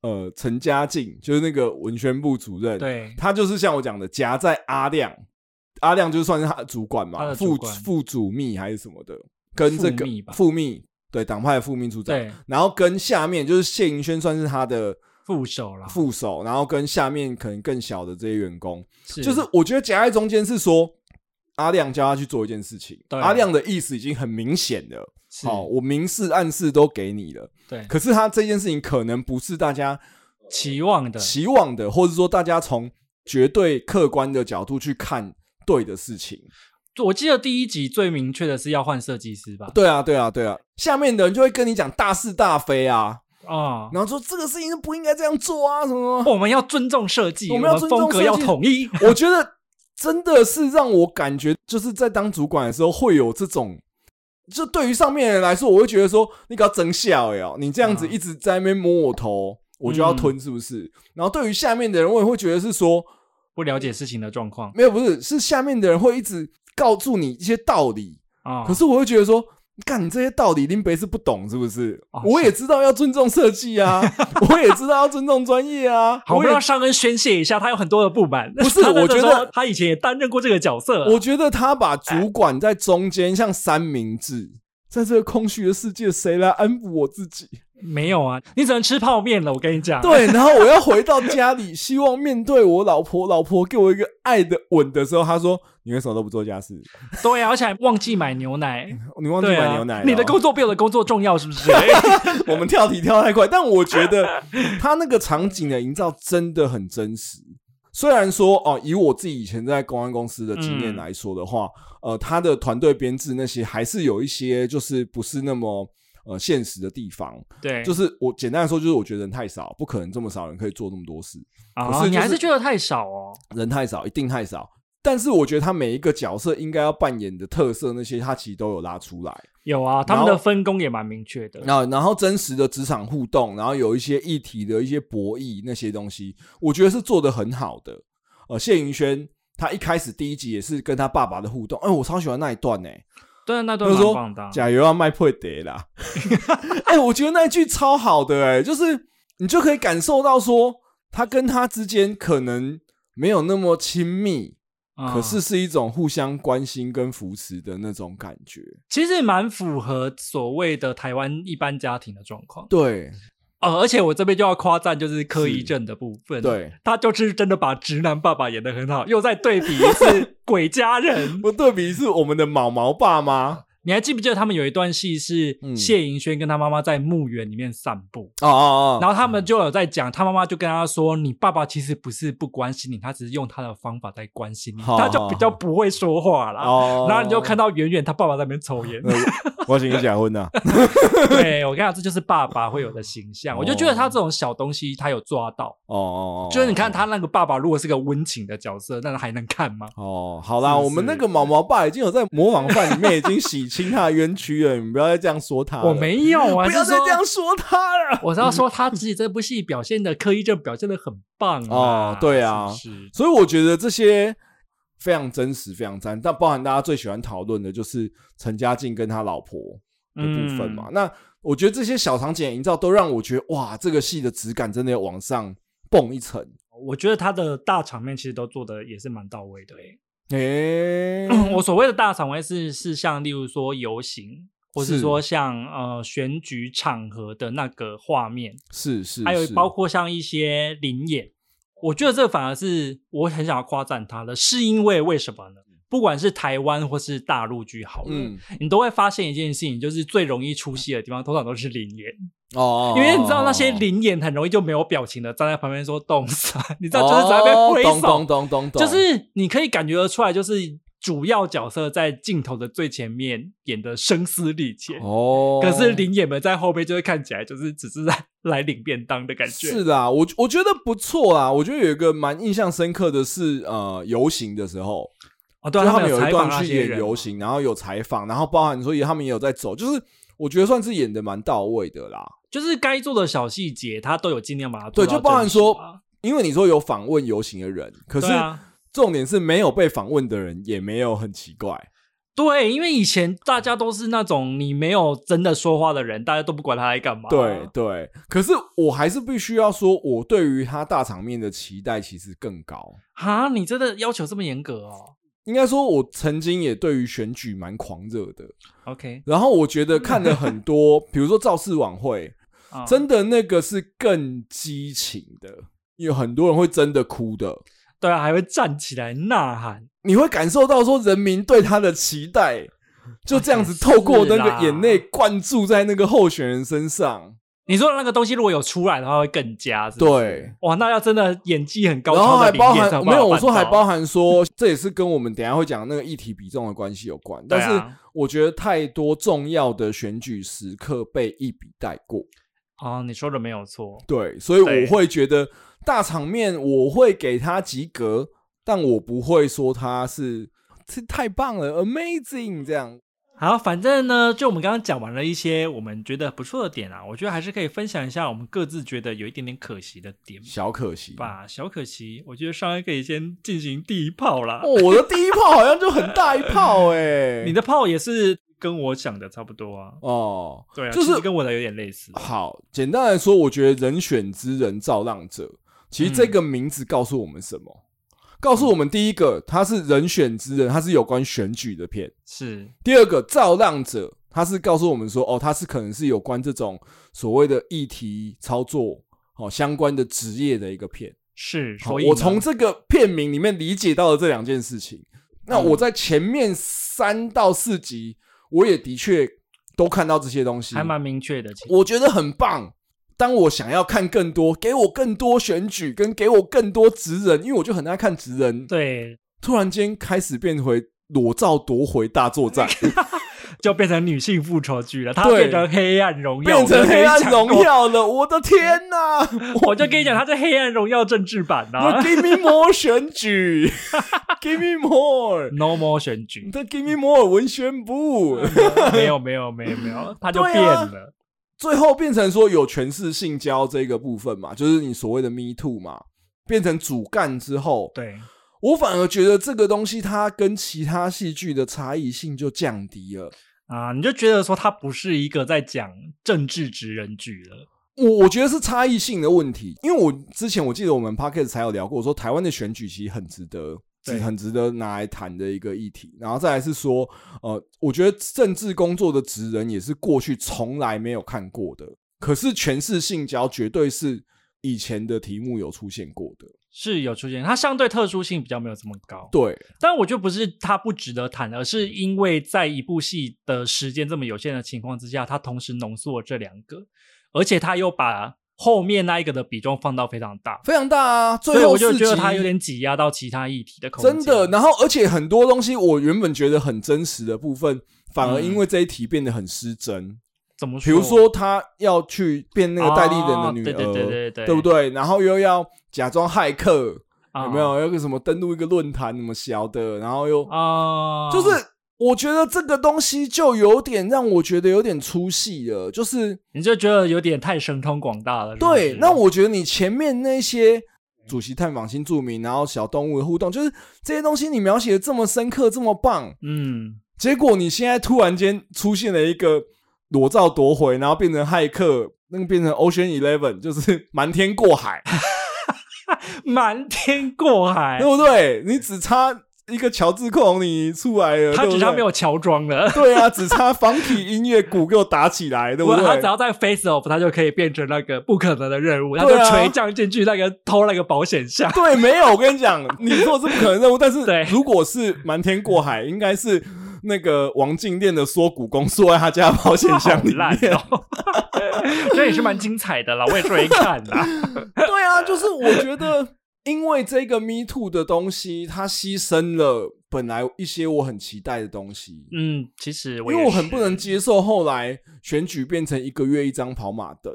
B: 呃，陈嘉静就是那个文宣部主任，
A: 对
B: 他就是像我讲的夹在阿亮，阿亮就算是他的主管
A: 他
B: 嘛，
A: 的主
B: 副
A: 管
B: 副主秘还是什么的，跟这
A: 副
B: 个
A: 秘吧
B: 副秘对党派的副秘处长，
A: 对，
B: 然后跟下面就是谢盈萱算是他的
A: 副手啦，
B: 副手，然后跟下面可能更小的这些员工，
A: 是
B: 就是我觉得夹在中间是说阿亮叫他去做一件事情，
A: 对
B: 阿亮的意思已经很明显了，
A: 是
B: 好、我明示暗示都给你了，
A: 对
B: 可是他这件事情可能不是大家
A: 期望的，
B: 期望的，或者说大家从绝对客观的角度去看对的事情。
A: 我记得第一集最明确的是要换设计师吧？
B: 对啊，对啊，对啊，下面的人就会跟你讲大是大非啊，
A: 啊、
B: 然后说这个事情是不应该这样做啊，什么什么。
A: 我们要尊重设计，
B: 我们
A: 们
B: 要尊重
A: 风格
B: 设计
A: 要统一。
B: 我觉得真的是让我感觉，就是在当主管的时候会有这种。就对于上面的人来说，我会觉得说，你搞真笑呀！哦你这样子
A: 嗯
B: 一直在那边摸我头，我就要吞，是不是？然后对于下面的人，我也会觉得是说，
A: 不了解事情的状况
B: 没有，不是，是下面的人会一直告诉你一些道理，
A: 啊，
B: 可是我会觉得说，干你这些道理林北是不懂是不是？
A: 哦
B: 我也知道要尊重设计啊， 我也知道要尊重专业啊。
A: 好，我
B: 我
A: 们
B: 也
A: 让上恩宣泄一下，他有很多的不满。不
B: 是我觉得
A: 他以前也担任过这个角色。
B: 我觉得他把主管在中间像三明治，
A: 哎
B: 在这个空虚的世界，谁来安抚我自己？
A: 没有啊，你只能吃泡面了。我跟你讲，
B: 对，啊然后我要回到家里，希望面对我老婆，老婆给我一个爱的吻的时候，他说：“你为什么都不做家事？
A: 对啊，而且还忘记买牛奶。
B: 你忘记
A: 对啊，
B: 买牛奶了哦、
A: 你的工作比我的工作重要，是不是？
B: 我们跳题跳太快，但我觉得他那个场景的营造真的很真实。虽然说哦，以我自己以前在公安公司的经验
A: 嗯
B: 来说的话，呃，他的团队编制那些还是有一些就是不是那么呃现实的地方。
A: 对，
B: 就是是我简单来说，就是我觉得人太少，不可能这么少人可以做那么多事，可
A: 啊，
B: 是
A: 你
B: 就
A: 还是
B: 是
A: 觉得太少哦。
B: 人太少，一定太少。但是我觉得他每一个角色应该要扮演的特色那些，他其实都有拉出来。
A: 有啊，他
B: 然
A: 们
B: 后
A: 的分工也蛮明确的。
B: 那然后真实的职场互动，然后有一些议题的一些博弈那些东西，我觉得是做的很好的。呃，谢云轩他一开始第一集也是跟他爸爸的互动，哎、我超喜欢那一段呢、
A: 对啊，那
B: 他
A: 段
B: 就
A: 蛮
B: 说
A: 棒的啊。
B: 加油要卖破 碟啦。哎、我觉得那一句超好的哎、就是你就可以感受到说他跟他之间可能没有那么亲密，
A: 嗯
B: 可是是一种互相关心跟扶持的那种感觉。
A: 其实蛮符合所谓的台湾一般家庭的状况。
B: 对，
A: 哦，而且我这边就要夸赞，就是柯一
B: 是
A: 正的部分。啊
B: 对，
A: 他就是真的把直男爸爸演得很好，又再对比一次鬼家人。
B: 不对比是我们的毛毛爸吗？
A: 你还记不记得他们有一段戏是
B: 嗯
A: 谢盈萱跟他妈妈在墓园里面散步，
B: 哦哦
A: 然后他们就有在讲，他妈妈就跟他说：“你爸爸其实不是不关心你，他只是用他的方法在关心你。”
B: 好
A: 他就比较不会说话啦。
B: 哦
A: 然后你就看，到远远他爸爸在那边抽烟，
B: 我请你假婚呐，
A: 对我跟你讲，这就是爸爸会有的形象。我就觉得他这种小东西，他有抓到。
B: 哦哦哦，
A: 就是你看他那个爸爸，如果是个温情的角色，那还能看吗？
B: 哦，好啦，
A: 是不是
B: 我们那个毛毛爸已经有在模仿犯里面已经洗清他的冤屈了，你们不要再这样说他了，
A: 我没有啊，
B: 不要
A: 是
B: 再
A: 说
B: 这样说他了。
A: 我是要说他自己这部戏表现的刻意就表现的很棒啊
B: 哦对啊
A: 是不是
B: 所以我觉得这些非常真实，非常赞。但包含大家最喜欢讨论的就是陈嘉静跟他老婆的部分
A: 嗯
B: 嘛。那我觉得这些小场景的营造都让我觉得哇，这个戏的质感真的要往上蹦一层。
A: 我觉得他的大场面其实都做的也是蛮到位的、欸。
B: 诶、
A: 嗯我所谓的大场面是是像例如说游行，或是
B: 是
A: 说像呃选举场合的那个画面，
B: 是是，
A: 还有
B: 是
A: 包括像一些灵演，我觉得这反而是我很想要夸赞他的，是因为为什么呢？不管是台湾或是大陆剧好了，
B: 嗯
A: 你都会发现一件事情，就是最容易出戏的地方通常都是灵演。
B: 哦，
A: 因为你知道那些
B: 零，
A: 灵眼很容易就没有表情的站在旁边说动啥， 你知道就是在那边挥
B: 哦
A: 手
B: 咚咚，咚咚咚，
A: 就是你可以感觉得出来，就是主要角色在镜头的最前面演的声嘶力竭，
B: 哦，
A: 可是灵眼们在后边就会看起来就是只是在来领便当的感觉。
B: 是啦，我我觉得不错啦。我觉得有一个蛮印象深刻的是，呃，游行的时候，
A: 哦，对啊，
B: 就
A: 他
B: 们
A: 有
B: 有一
A: 采访
B: 段
A: 那
B: 去
A: 些
B: 演
A: 人啊
B: 游
A: 嘛，
B: 行，然后有采访，然后包含所以他们也有在走，就是我觉得算是演的蛮到位的啦。
A: 就是该做的小细节，他都有尽量把它做
B: 对，
A: 到
B: 就包含
A: 真实啊
B: 说，因为你说有访问游行的人，可是
A: 对啊。
B: 重点是没有被访问的人也没有很奇怪。
A: 对，因为以前大家都是那种你没有真的说话的人，大家都不管他在干嘛。啊
B: 对对，可是我还是必须要说，我对于他大场面的期待其实更高。
A: 哈，你真的要求这么严格哦
B: 应该说，我曾经也对于选举蛮狂热的。
A: ？OK，
B: 然后我觉得看了很多，比如说造势晚会，
A: 啊
B: 真的那个是更激情的，有很多人会真的哭的，
A: 对啊，还会站起来呐喊，
B: 你会感受到说人民对他的期待，就 这样子透过那个眼泪灌注在那个候选人身上。
A: 你说那个东西如果有出来的话，会更加是不是
B: 对，
A: 哇，那要真的演技很高
B: 然后
A: 超
B: 还
A: 的
B: 包
A: 林彦才
B: 含
A: 有办法办到，
B: 没有我说还包含说，这也是跟我们等一下会讲那个议题比重的关系有关。
A: 对
B: 但
A: 啊
B: 是我觉得太多重要的选举时刻被一笔带过。
A: 哦，你说的没有错，
B: 对，所以
A: 对
B: 我会觉得大场面我会给他及格，但我不会说他是这太棒了，amazing 这样。
A: 好，反正呢，就我们刚刚讲完了一些我们觉得不错的点啊，我觉得还是可以分享一下我们各自觉得有一点点可惜的点
B: 小可惜哦，
A: 吧。小可惜，我觉得上一可以先进行第一炮啦。
B: 哦我的第一炮好像就很大一 炮哎、
A: 你的炮也是跟我想的差不多啊，
B: 哦，
A: 对啊，
B: 就是
A: 其实跟我的有点类似。
B: 好，简单来说，我觉得人选之人造浪者，其实这
A: 嗯
B: 个名字告诉我们什么？告诉我们第一个，它是人选之人，它是有关选举的片。
A: 是，
B: 第二个造浪者，他是告诉我们说，哦，他是可能是有关这种所谓的议题操作，哦，相关的职业的一个片。
A: 是，
B: 好
A: 所以
B: 我
A: 呢
B: 从这个片名里面理解到了这两件事情。那
A: 嗯
B: 我在前面三到四集，我也的确都看到这些东西，
A: 还蛮明确的，其实
B: 我觉得很棒。当我想要看更多，给我更多选举，跟给我更多职人，因为我就很爱看职人，
A: 对，
B: 突然间开始变回裸照夺回大作战。
A: 就变成女性复仇剧了，它
B: 对
A: 变成黑暗荣耀，
B: 变成黑暗荣
A: 我就跟你讲
B: 耀了，我的天哪、
A: 过，我就跟你讲，它是黑暗荣耀政治版啊呐、
B: 我 Give me more 选举 ，Give me more，
A: No more 选 举，
B: 他 Give me more 文宣部，
A: 没有没有没有没有，它就
B: 对啊
A: 变了，
B: 最后变成说有权势性交这个部分嘛，就是你所谓的 Me Too 嘛，变成主干之后，
A: 对，
B: 我反而觉得这个东西它跟其他戏剧的差异性就降低了。
A: 啊，你就觉得说它不是一个在讲政治职人剧了，
B: 我我觉得是差异性的问题，因为我之前我记得我们 p o c k e t 才有聊过，说台湾的选举其实很值得，
A: 对
B: 很值得拿来谈的一个议题。然后再来是说，呃，我觉得政治工作的职人也是过去从来没有看过的，可是权势性交绝对是以前的题目有出现过的。
A: 是有出现，它相对特殊性比较没有这么高。
B: 对，
A: 但我觉得不是它不值得谈，而是因为在一部戏的时间这么有限的情况之下，它同时浓缩了这两个，而且它又把后面那一个的比重放到非常大，
B: 非常大啊！
A: 所以
B: 最后
A: 我就
B: 四
A: 觉得
B: 集
A: 它有点挤压到其他议题的空间。
B: 真的。，然后，而且很多东西我原本觉得很真实的部分，反而因
A: 嗯
B: 为这一题变得很失真。
A: 怎么？
B: 比如，说，他要去变那个戴立人的
A: 哦
B: 女儿，
A: 对对对对对
B: 对不对？然后又要假装骇客，
A: 啊
B: 有没有？要个什么登录一个论坛，什么小的，然后又、
A: 啊？
B: 就是。我觉得这个东西就有点让我觉得有点出戏了，就是
A: 你就觉得有点太神通广大了。是不
B: 对
A: 嗯是，
B: 那我觉得你前面那些主席探访新住民，然后小动物的互动，就是这些东西你描写的这么深刻，这么棒，
A: 嗯，
B: 结果你现在突然间出现了一个裸照夺回，然后变成骇客，那个变成 Ocean Eleven，就是瞒天过海，
A: 哎瞒天过海
B: 对，不对？你只差一个乔治·克隆尼出来了，
A: 他
B: 对不
A: 只
B: 对
A: 差没。有乔装了。
B: 对啊，只差仿体音乐鼓给我打起来，对 不
A: 我他
B: 对
A: 只？要在 face off，他就可以变成那个不可能的任务，他
B: 对
A: 就
B: 啊
A: 垂降进去那个偷那个保险箱。
B: 对，没有，我跟你讲，你说的是不可能任务，但 是
A: 对
B: 如果是瞒天过海，应该是那个王静练的缩骨功缩在他家的保险箱
A: 好
B: 里
A: 烂
B: 面。
A: 哦，这也是蛮精彩的啦，我也是没看啦。
B: 对啊，就是我觉得，因为这个 Me Too 的东西，它牺牲了本来一些我很期待的东西，
A: 嗯，其实我
B: 因
A: 也
B: 为我很
A: 是
B: 不能接受后来选举变成一个月一张跑马灯，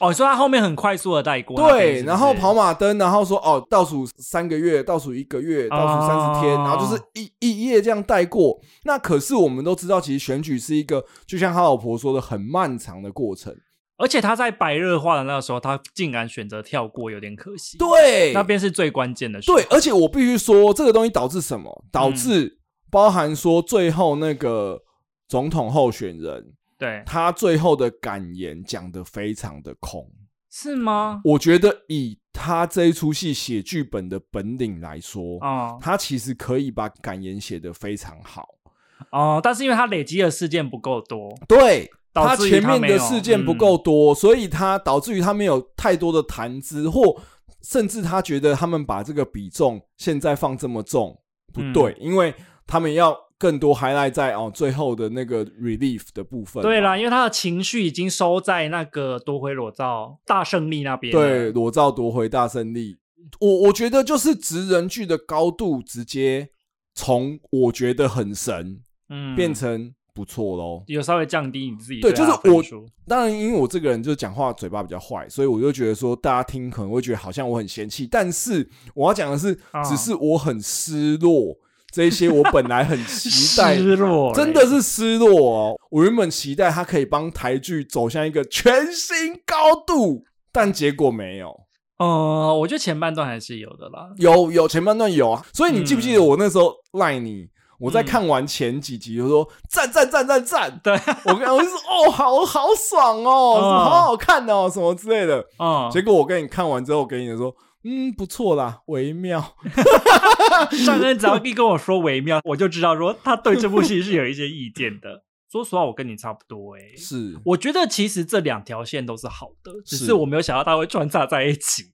A: 哦，所以他后面很快速的带过那边，
B: 对，
A: 是不
B: 然后
A: 是
B: 跑马灯，然后说哦，倒数三个月，倒数一个月，倒数三十天，
A: 哦
B: 然后就是一一夜这样带过。那可是我们都知道，其实选举是一个，就像他老婆说的，很漫长的过程。
A: 而且他在白热化的那个时候，他竟然选择跳过，有点可惜。，
B: 对，
A: 那边是最关键的时候。
B: 对，而且我必须说，这个东西导致什么？导致包含说最后那个总统候选人，
A: 对，
B: 他最后的感言讲得非常的空。
A: 是吗？
B: 我觉得以他这一出戏写剧本的本领来说，
A: 哦
B: 他其实可以把感言写得非常好。
A: 哦，但是因为他累积的事件不够多，
B: 对，
A: 导致于
B: 前
A: 他
B: 面
A: 没
B: 的
A: 有
B: 事件不够
A: 嗯
B: 多，所以他导致于他没有太多的谈资，或甚至他觉得他们把这个比重现在放这么重不对，
A: 嗯
B: 因为他们要更多 highlight 在哦最后的那个 relief 的部分。
A: 对啦，因为他的情绪已经收在那个夺回裸照大胜利那边了。
B: 对，裸照夺回大胜利，我我觉得就是职人剧的高度直接从我觉得很神
A: 嗯，
B: 变成不错喽。
A: 有稍微降低你自己
B: 对
A: 他的
B: 就是我
A: 分数
B: 当然，因为我这个人就是讲话嘴巴比较坏，所以我就觉得说，大家听可能会觉得好像我很嫌弃，但是我要讲的是
A: 啊，
B: 只是我很失落，这一些我本来很期待，
A: 失落欸嘞，
B: 真的是失落哦。我原本期待他可以帮台剧走向一个全新高度，但结果没有。
A: 呃，我觉得前半段还是有的啦。
B: 有有前半段有啊，所以你记不记得
A: 嗯
B: 我那时候赖你？我在
A: 嗯
B: 看完前几集就说赞赞赞赞赞，
A: 对，
B: 我跟我就说哦，好好爽哦，
A: 嗯
B: 好好看哦，什么之类的。
A: 嗯，
B: 结果我跟你看完之后，我给你说，嗯，不错啦，微妙。
A: 上恩只要一跟我说微妙，我就知道说他对这部戏是有一些意见的。说实话，我跟你差不多诶、
B: 是
A: 我觉得其实这两条线都是好的，只
B: 是
A: 是我没有想到它会穿插在一起。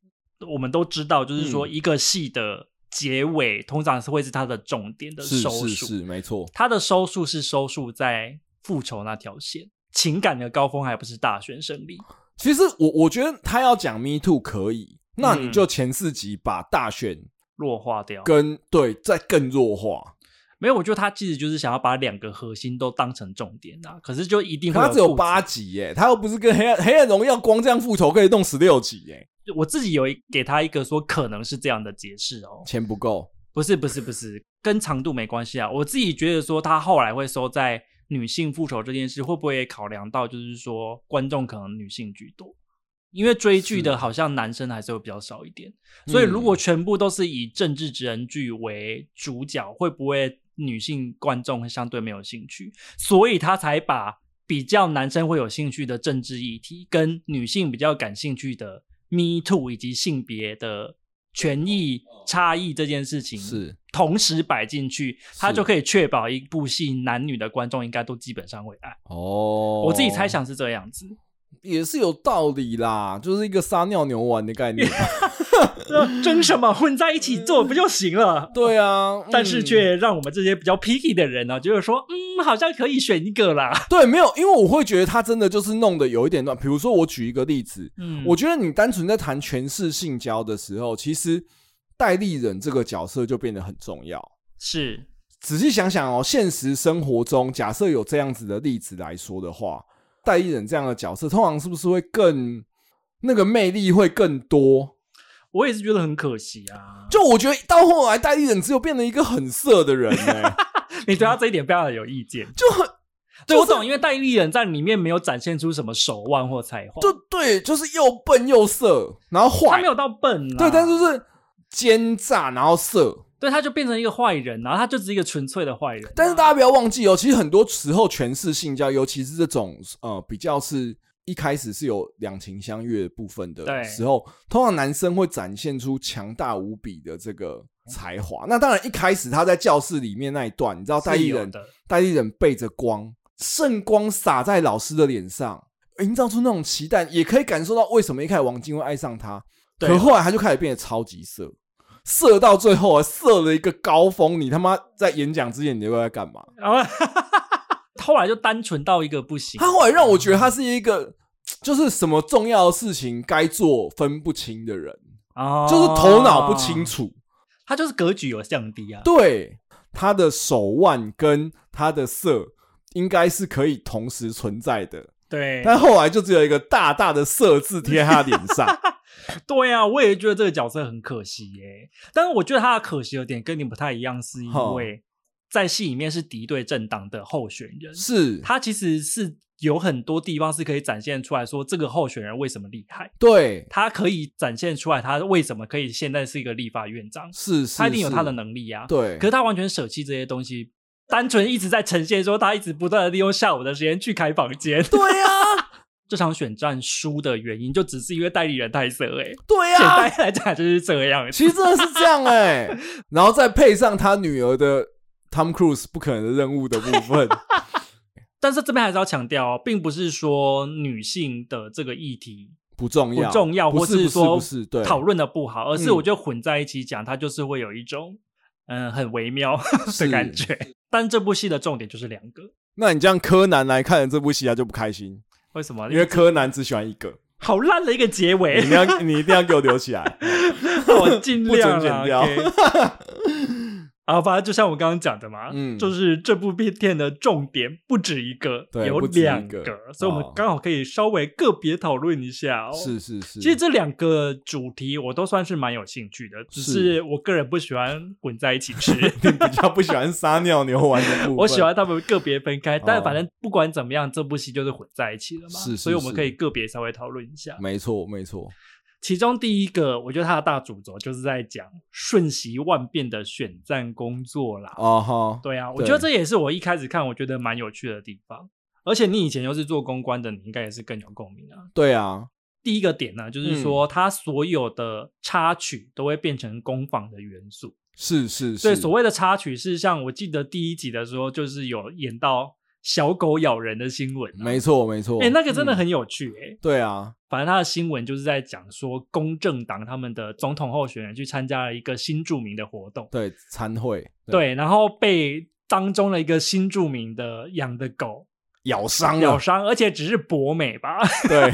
A: 我们都知道，就是说
B: 嗯
A: 一个戏的结尾、通常是会是它的重点的
B: 是
A: 收
B: 是
A: 束，
B: 是，没错。
A: 它的收束是收束在复仇那条线，情感的高峰还不是大选胜利。
B: 其实我我觉得他要讲 Me Too 可以，那你
A: 嗯
B: 就前四集把大选
A: 弱化掉，
B: 跟对再更弱化，
A: 没有，我觉得他其实就是想要把两个核心都当成重点啊，可是就一定会
B: 可他只有
A: 有
B: 八集耶，他又不是跟黑暗黑暗荣耀光这样复仇可以弄十六集耶，
A: 我自己有一给他一个说可能是这样的解释哦，
B: 钱不够。
A: 不是不是不是，跟长度没关系啊。我自己觉得说他后来会收在女性复仇这件事，会不会也考量到就是说观众可能女性居多，因为追剧
B: 是
A: 的好像男生还是会比较少一点，所以如果全部都是以政治职人剧为主角，会不会女性观众会相对没有兴趣？所以他才把比较男生会有兴趣的政治议题，跟女性比较感兴趣的 Me Too 以及性别的权益差异这件事情，
B: 哦是
A: 同时摆进去，它就可以确保一部戏男女的观众应该都基本上会爱。
B: 哦，
A: 我自己猜想是这样子，
B: 也是有道理啦，就是一个撒尿牛丸的 概念。
A: 争什么混在一起做不就行了？
B: 对啊，
A: 但是
B: 嗯
A: 却让我们这些比较 picky 的人呢、觉得说，嗯，好像可以选一个啦。
B: 对没有，因为我会觉得他真的就是弄得有一点乱。比如说，我举一个例子，
A: 嗯，
B: 我觉得你单纯在谈权势性交的时候，其实代理人这个角色就变得很重要。
A: 是
B: 仔细想想哦，现实生活中假设有这样子的例子来说的话，代理人这样的角色，通常是不是会更那个魅力会更多？
A: 我也是觉得很可惜啊。
B: 就我觉得到后来，代理人只有变成一个很色的人欸呢、
A: 你对他这一点非常的有意见，
B: 就很
A: 对我
B: 就是
A: 懂，因为戴立人在里面没有展现出什么手腕或才华，
B: 就对，就是又笨又色，然后
A: 他
B: 坏
A: 没，有嗯到笨啦，
B: 对，但就是奸诈，然后色。
A: 对他就变成一个坏人，然后他就只是一个纯粹的坏人。
B: 但是大家不要忘记哦，其实很多时候权势性交，尤其是这种呃比较是一开始是有两情相悦的部分
A: 对
B: 的时候，通常男生会展现出强大无比的这个才华。那当然一开始他在教室里面那一段，你知道戴
A: 是
B: 立
A: 有
B: 人
A: 的，
B: 戴立人背着光，圣光洒在老师的脸上，营造出那种期待，也可以感受到为什么一开始王晶会爱上他，
A: 对
B: 可后来他就开始变得超级色，色到最后啊，色了一个高峰。你他妈在演讲之前，你就不知道在干嘛？
A: 然后后来就单纯到一个不行。
B: 他后来让我觉得他是一个。就是什么重要的事情该做分不清的人，
A: 哦
B: 就是头脑不清，楚。
A: 他就是格局有降低啊。
B: 对，他的手腕跟他的色应该是可以同时存在的。
A: 对，
B: 但后来就只有一个大大的“色”字贴他脸 上。
A: 对啊，我也觉得这个角色很可惜耶。但是我觉得他的可惜有点跟你不太一样，是因
B: 哼
A: 为在戏里面是敌对政党的候选人，
B: 是，
A: 他其实是有很多地方是可以展现出来说这个候选人为什么厉害，
B: 对，
A: 他可以展现出来他为什么可以现在是一个立法院长，
B: 是，是
A: 他一定有他的
B: 是
A: 能力啊。
B: 对，
A: 可是他完全舍弃这些东西，单纯一直在呈现说他一直不断的利用下午的时间去开房间。
B: 对啊呀，
A: 这场选战输的原因就只是因为代理人太色哎、
B: 对啊
A: 简
B: 呀，
A: 单来讲就是这样。
B: 其实真的是这样哎、然后再配上他女儿的 Tom Cruise 不可能的任务的部 分，
A: 但是这边还是要强调哦，并不是说女性的这个议题
B: 不重
A: 不
B: 要，
A: 重要，
B: 不
A: 或
B: 是不
A: 说
B: 不是对，
A: 讨论的不好，而是
B: 嗯
A: 我觉得混在一起讲，它就是会有一种嗯、呃很微妙 的
B: 是
A: 感觉。但这部戏的重点就是两个，
B: 那你这样柯南来看了这部戏，他就不开心，
A: 为什么？
B: 因为柯南只喜欢一个，
A: 好烂的一个结
B: 你
A: 尾
B: 一定，要你一定要给我留 起来，
A: 我尽量
B: 不准剪
A: 啦
B: 掉
A: OK 啊，反正就像我刚刚讲的嘛，
B: 嗯
A: 就是这部片的重点不止一个，
B: 对
A: 有
B: 不止一
A: 两
B: 个
A: 所以我们
B: 哦
A: 刚好可以稍微个别讨论一下哦。
B: 是是是，
A: 其实这两个主题我都算是蛮有兴趣的，只
B: 是
A: 是我个人不喜欢混在一起 吃，
B: 你比较不喜欢撒尿牛丸的部 分，
A: 我喜欢他们个别分开。但
B: 哦
A: 反正不管怎么样，这部戏就是混在一起了嘛，
B: 是是
A: 所以我们
B: 是
A: 可以个别稍微讨论一下。
B: 没错没错，
A: 其中第一个，我觉得它的大主轴就是在讲瞬息万变的选战工作啦。
B: 哦哈，
A: 对啊，我
B: 对
A: 觉得这也是我一开始看我觉得蛮有趣的地方。而且你以前又是做公关的，你应该也是更有共鸣啊。
B: 对啊，
A: 第一个点呢、
B: 嗯
A: 就是说它所有的插曲都会变成攻防的元素。
B: 是是是，
A: 所以所谓的插曲是像我记得第一集的时候，就是有演到小狗咬人的新闻、啊。
B: 没错没错，
A: 哎、那个真的
B: 嗯、
A: 很有趣哎、
B: 对啊，
A: 反正他的新闻就是在讲说，公正党他们的总统候选人去参加了一个新著名的活动，
B: 对参会
A: 对，然后被当中的一个新著名的养的狗
B: 咬伤
A: 咬
B: 了，
A: 伤，而且只是博美吧，
B: 对，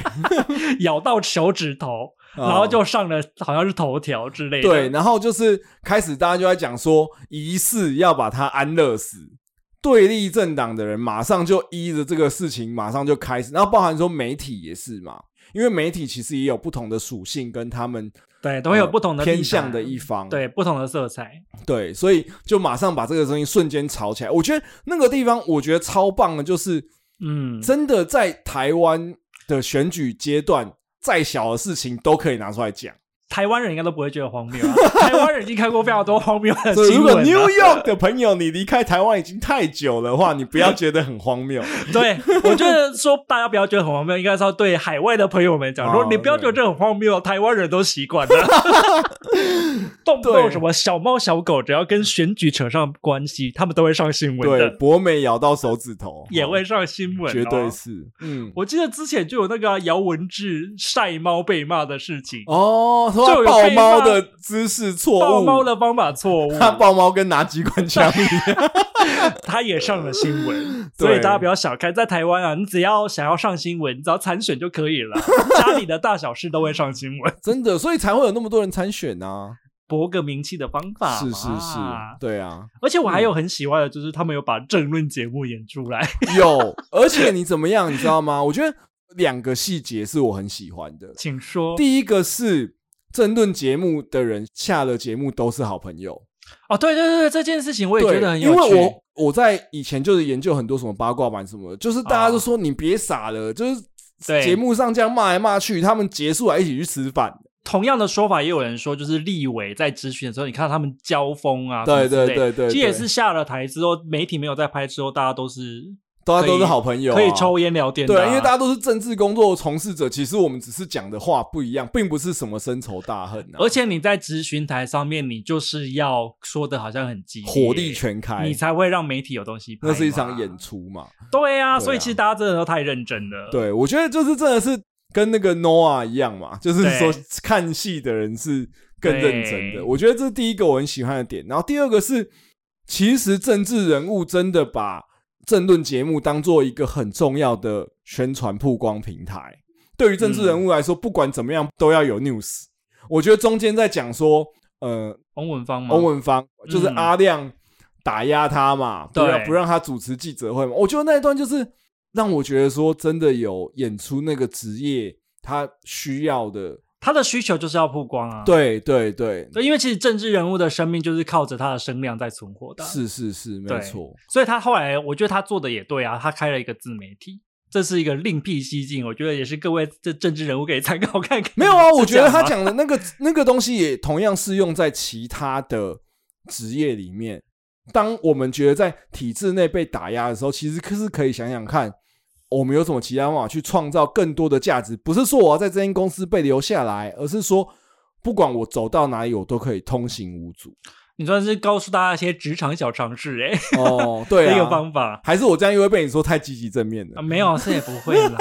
A: 咬到手指头，然后
B: 哦
A: 就上了好像是头条之类的。
B: 对，然后就是开始大家就在讲说，疑似要把他安乐死。对立政党的人马上就依着这个事情，马上就开始，然后包含说媒体也是嘛，因为媒体其实也有不同的属性，跟他们
A: 对，都会有
B: 呃
A: 不同的立
B: 偏
A: 场
B: 向的一方，
A: 对不同的色彩。
B: 对，所以就马上把这个东西瞬间炒起来。我觉得那个地方，我觉得超棒的，就是
A: 嗯，
B: 真的在台湾的选举阶段，再小的事情都可以拿出来讲。
A: 台湾人应该都不会觉得荒谬、啊， 台湾人已经看过非常多荒谬的
B: 所以，
A: 新
B: 如果
A: 闻啊
B: New
A: 了。
B: York 的朋友你离开台湾已经太久了的话，你不要觉得很荒 谬。
A: 对，我觉得说大家不要觉得很荒谬，应该是要对海外的朋友们讲，
B: 哦
A: 说你不要觉得这很荒谬，台湾人都习惯了， 动不动什么小猫小狗，只要跟选举扯上关系，他们都会上新闻
B: 对，
A: 的，
B: 博美咬到手指头
A: 也会上新闻、哦，
B: 绝对是，嗯，
A: 我记得之前就有那个啊姚文智晒猫被骂的事情，
B: 哦，说
A: 就有
B: 他抱
A: 被
B: 猫
A: 骂
B: 的姿势错误，
A: 抱猫的方法错误，
B: 他抱猫跟拿机关枪一样，
A: 他也上了新 闻，
B: 对
A: 所以大家不要小看，在台湾啊，你只要想要上新闻，你只要参选就可以了， 家里的大小事都会上新 闻，
B: 真的，所以才会有那么多人参选啊！
A: 博个名气的方法
B: 是是是
A: 嘛，
B: 对啊，
A: 而且我还有很喜欢的，就是他们有把政论节目演出 来，
B: 有，而且你怎么样，你知道吗？我觉得两个细节是我很喜欢的。
A: 请说。
B: 第一个是争论节目的人下了节目都是好朋友，
A: 哦，对对对对，这件事情我也
B: 对，
A: 觉得很有
B: 因
A: 趣。
B: 为我我在以前就是研究很多什么八卦版什么的，就是大家都说你别傻了，就是
A: 对
B: 节目上这样骂来骂去，他们结束还一起去吃饭，
A: 同样的说法，也有人说，就是立委在咨询的时候，你看到他们交锋啊，
B: 对
A: 什么之类的
B: 对对对对
A: 其实也是下了台之后，媒体没有在拍之后，大家都是
B: 大家都
A: 可
B: 是
A: 以
B: 好朋友、
A: 可以抽。烟聊天的、
B: 啊对啊，因为大
A: 家。
B: 家都是政治工作从事者，其实我们只是讲的话不一样，并不是什么深仇大恨啊，
A: 而且你在咨询台上面，你就是要说的好像很激烈，
B: 火力全开
A: 你，才会让媒体有东西拍嘛。
B: 那是一场演出嘛。
A: 对啊，
B: 对啊
A: 所以其实大家真的都太认真了。，
B: 对，我觉得就是真的是跟那个 Noah 一样嘛，就是
A: 对
B: 说看戏的人是更认真
A: 对
B: 的。我觉得这是第一个我很喜欢的点。然后第二个是，其实政治人物真的把政论节目当做一个很重要的宣传曝光平台。对于政治
A: 嗯
B: 人物来说，不管怎么样都要有 news。我觉得中间在讲说，呃，
A: 翁文芳吗？
B: 欧文芳就是
A: 嗯
B: 阿亮打压他嘛，不让
A: 对
B: 不让他主持记者会嘛。我觉得那一段就是让我觉得说，真的有演出那个职业他需要的。
A: 他的需求就是要曝光啊。
B: 对对对，
A: 对，因为其实政治人物的生命就是靠着他的声量在存活的啊。
B: 是是是，没
A: 对
B: 错。
A: 所以他后来，我觉得他做的也对啊，他开了一个自媒体，这是一个另辟蹊径，我觉得也是各位这政治人物可以参考看看。
B: 没有啊，
A: 是
B: 我觉得
A: 这样吗
B: 他讲的那个 那个东西也同样适用在其他的职业里面。当我们觉得在体制内被打压的时候，其实是可以想想看，我们有什么其他方法去创造更多的价值。不是说我要在这间公司被留下来，而是说不管我走到哪里，我都可以通行无 阻。
A: 你算是告诉大家一些职场小常识、欸，哎、
B: 哦，对
A: 一个
B: 啊，
A: 方法
B: 还是我这样又会被你说太积极正面
A: 啊，
B: 了？
A: 没有，这也不会 啦。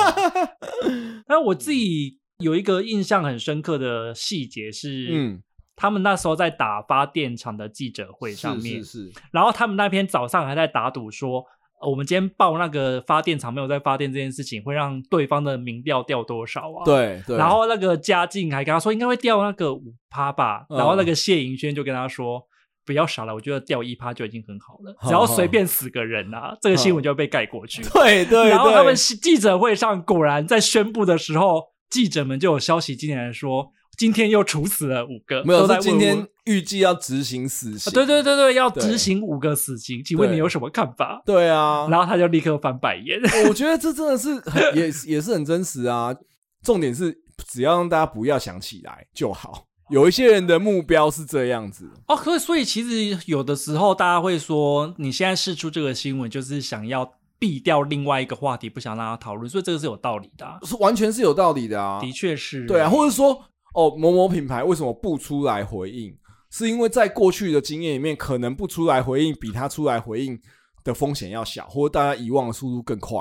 A: 但我
B: 嗯
A: 自己有一个印象很深刻的细节是，
B: 嗯，
A: 他们那时候在打发电厂的记者会上面，
B: 嗯是是是，
A: 然后他们那天早上还在打赌说，呃我们今天报那个发电厂没有在发电这件事情，会让对方的民调掉多少啊？。
B: 对对。
A: 然后那个嘉靖还跟他说，应该会掉那个五趴吧。
B: 嗯
A: 然后那个谢盈萱就跟他说。不要傻了，我觉得掉一趴就已经很好了，
B: 好
A: 只要随便死个人啊，这个新闻就会被盖过去。
B: 对对，
A: 然后他们
B: 对
A: 记者会上果然在宣布的时候，记者们就有消息进来说，今天又处死了五个，
B: 没有
A: 都在
B: 是
A: 问
B: 今天
A: 我
B: 预计要执行死
A: 啊
B: 刑。
A: 对对对对，要
B: 对
A: 执行五个死刑，请问
B: 对
A: 你有什么看法？
B: 对啊，哦
A: 然后他就立刻翻白 眼。
B: 我觉得这真的是很也也是很真实啊。重点是，只要让大家不要想起来就好。有一些人的目标是这样子，
A: 哦，可是所以其实有的时候大家会说，你现在试出这个新闻，就是想要避掉另外一个话题，不想让他讨论，所以这个是有道理的啊、
B: 是完全是有道理的啊。
A: 的确是，
B: 对啊，或者说，哦，某某品牌为什么不出来回应？是因为在过去的经验里面，可能不出来回应比他出来回应的风险要小，或者大家遗忘的速度更快。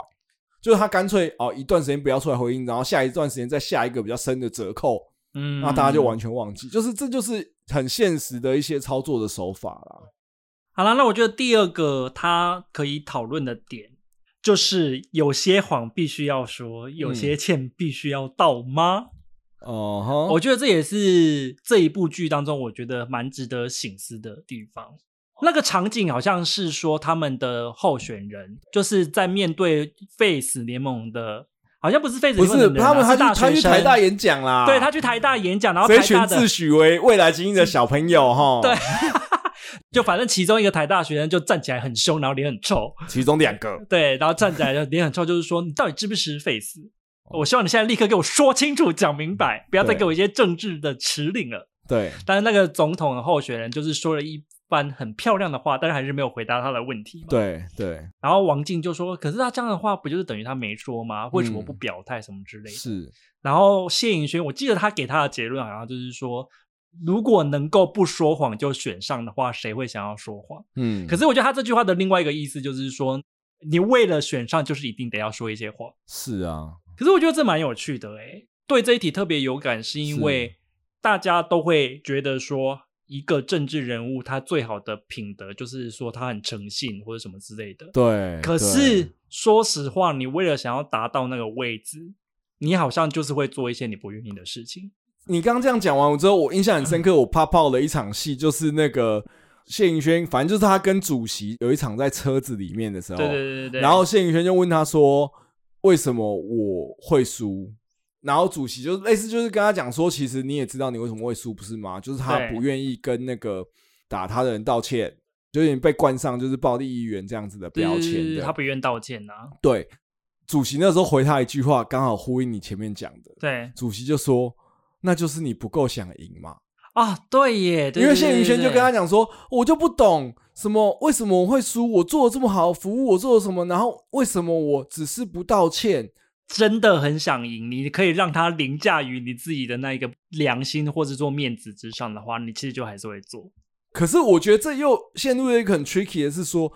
B: 就是他干脆哦，一段时间不要出来回应，然后下一段时间再下一个比较深的折扣，
A: 嗯
B: 那大家就完全忘记，就是这就是很现实的一些操作的手法啦。
A: 好了。那我觉得第二个他可以讨论的点。就是有些谎必须要说，
B: 嗯
A: 有些欠必须要道吗？
B: 哦哈
A: 我觉得这也是这一部剧当中，我觉得蛮值得醒思的地方。那个场景好像是说他们的候选人就是在面对 Face 联盟的，好像不是 Face
B: 不
A: 联盟
B: 是
A: 的人
B: 他
A: 啊、
B: 们，他
A: 是大
B: 去他
A: 学
B: 去
A: 生
B: 台大演讲啦，
A: 对他去台大演讲，然后
B: 这
A: 台
B: 一群
A: 大的
B: 自诩为未来精英的小朋友哈，对，
A: 就反正其中一个台大学生就站起来很凶，然后脸很臭，
B: 其中两个
A: 对，然后站起来就脸很臭，就是说你到底支不支持 Face？我希望你现在立刻给我说清楚、讲明白，不要再给我一些政治的指令了。
B: 对，
A: 但是那个总统的候选人就是说了一番很漂亮的话，但是还是没有回答他的问题嘛。
B: 对，对，
A: 然后王静就说：“可是他这样的话，不就是等于他没说吗？为什么不表态什么之类的？”
B: 是，
A: 然后谢颖轩，我记得他给他的结论好像就是说，如果能够不说谎就选上的话，谁会想要说谎？
B: 嗯，
A: 可是我觉得他这句话的另外一个意思就是说，你为了选上，就是一定得要说一些谎。
B: 是啊，
A: 可是我觉得这蛮有趣的诶、欸对这一题特别有感，是因为大家都会觉得说，一个政治人物他最好的品德就是说他很诚信或者什么之类的。
B: 对。
A: 可
B: 对
A: 是说实话，你为了想要达到那个位置，你好像就是会做一些你不愿意的事情。
B: 你刚刚这样讲完我之后，我印象很深刻，我怕泡了一场戏，就是那个谢盈萱，反正就是他跟主席有一场在车子里面的时候，
A: 对对对对对。
B: 哦然后谢盈萱就问他说：“为什么我会输？”然后主席就类似就是跟他讲说：“其实你也知道你为什么会输，不是吗？就是他
A: 对
B: 不愿意跟那个打他的人道歉，就有点被冠上就是暴力议员这样子的
A: 对
B: 标
A: 对对
B: 签
A: 对
B: 的。
A: 他不愿道歉呐、
B: 对，主席那时候回他一句话，刚好呼应你前面讲的。
A: 对
B: 主席就说：“那就是你不够想赢嘛。”
A: 啊，对耶，对
B: 因为
A: 对
B: 谢
A: 对
B: 宇轩
A: 对
B: 就跟他
A: 对
B: 讲说，我就不懂什么为什么我会输，我做的这么好的服务，我做了什么，然后为什么我只是不道歉？
A: 真的很想赢，你可以让他凌驾于你自己的那一个良心或者做面子之上的话，你其实就还是会做。
B: 可是我觉得这又陷入了一个很 tricky 的是说，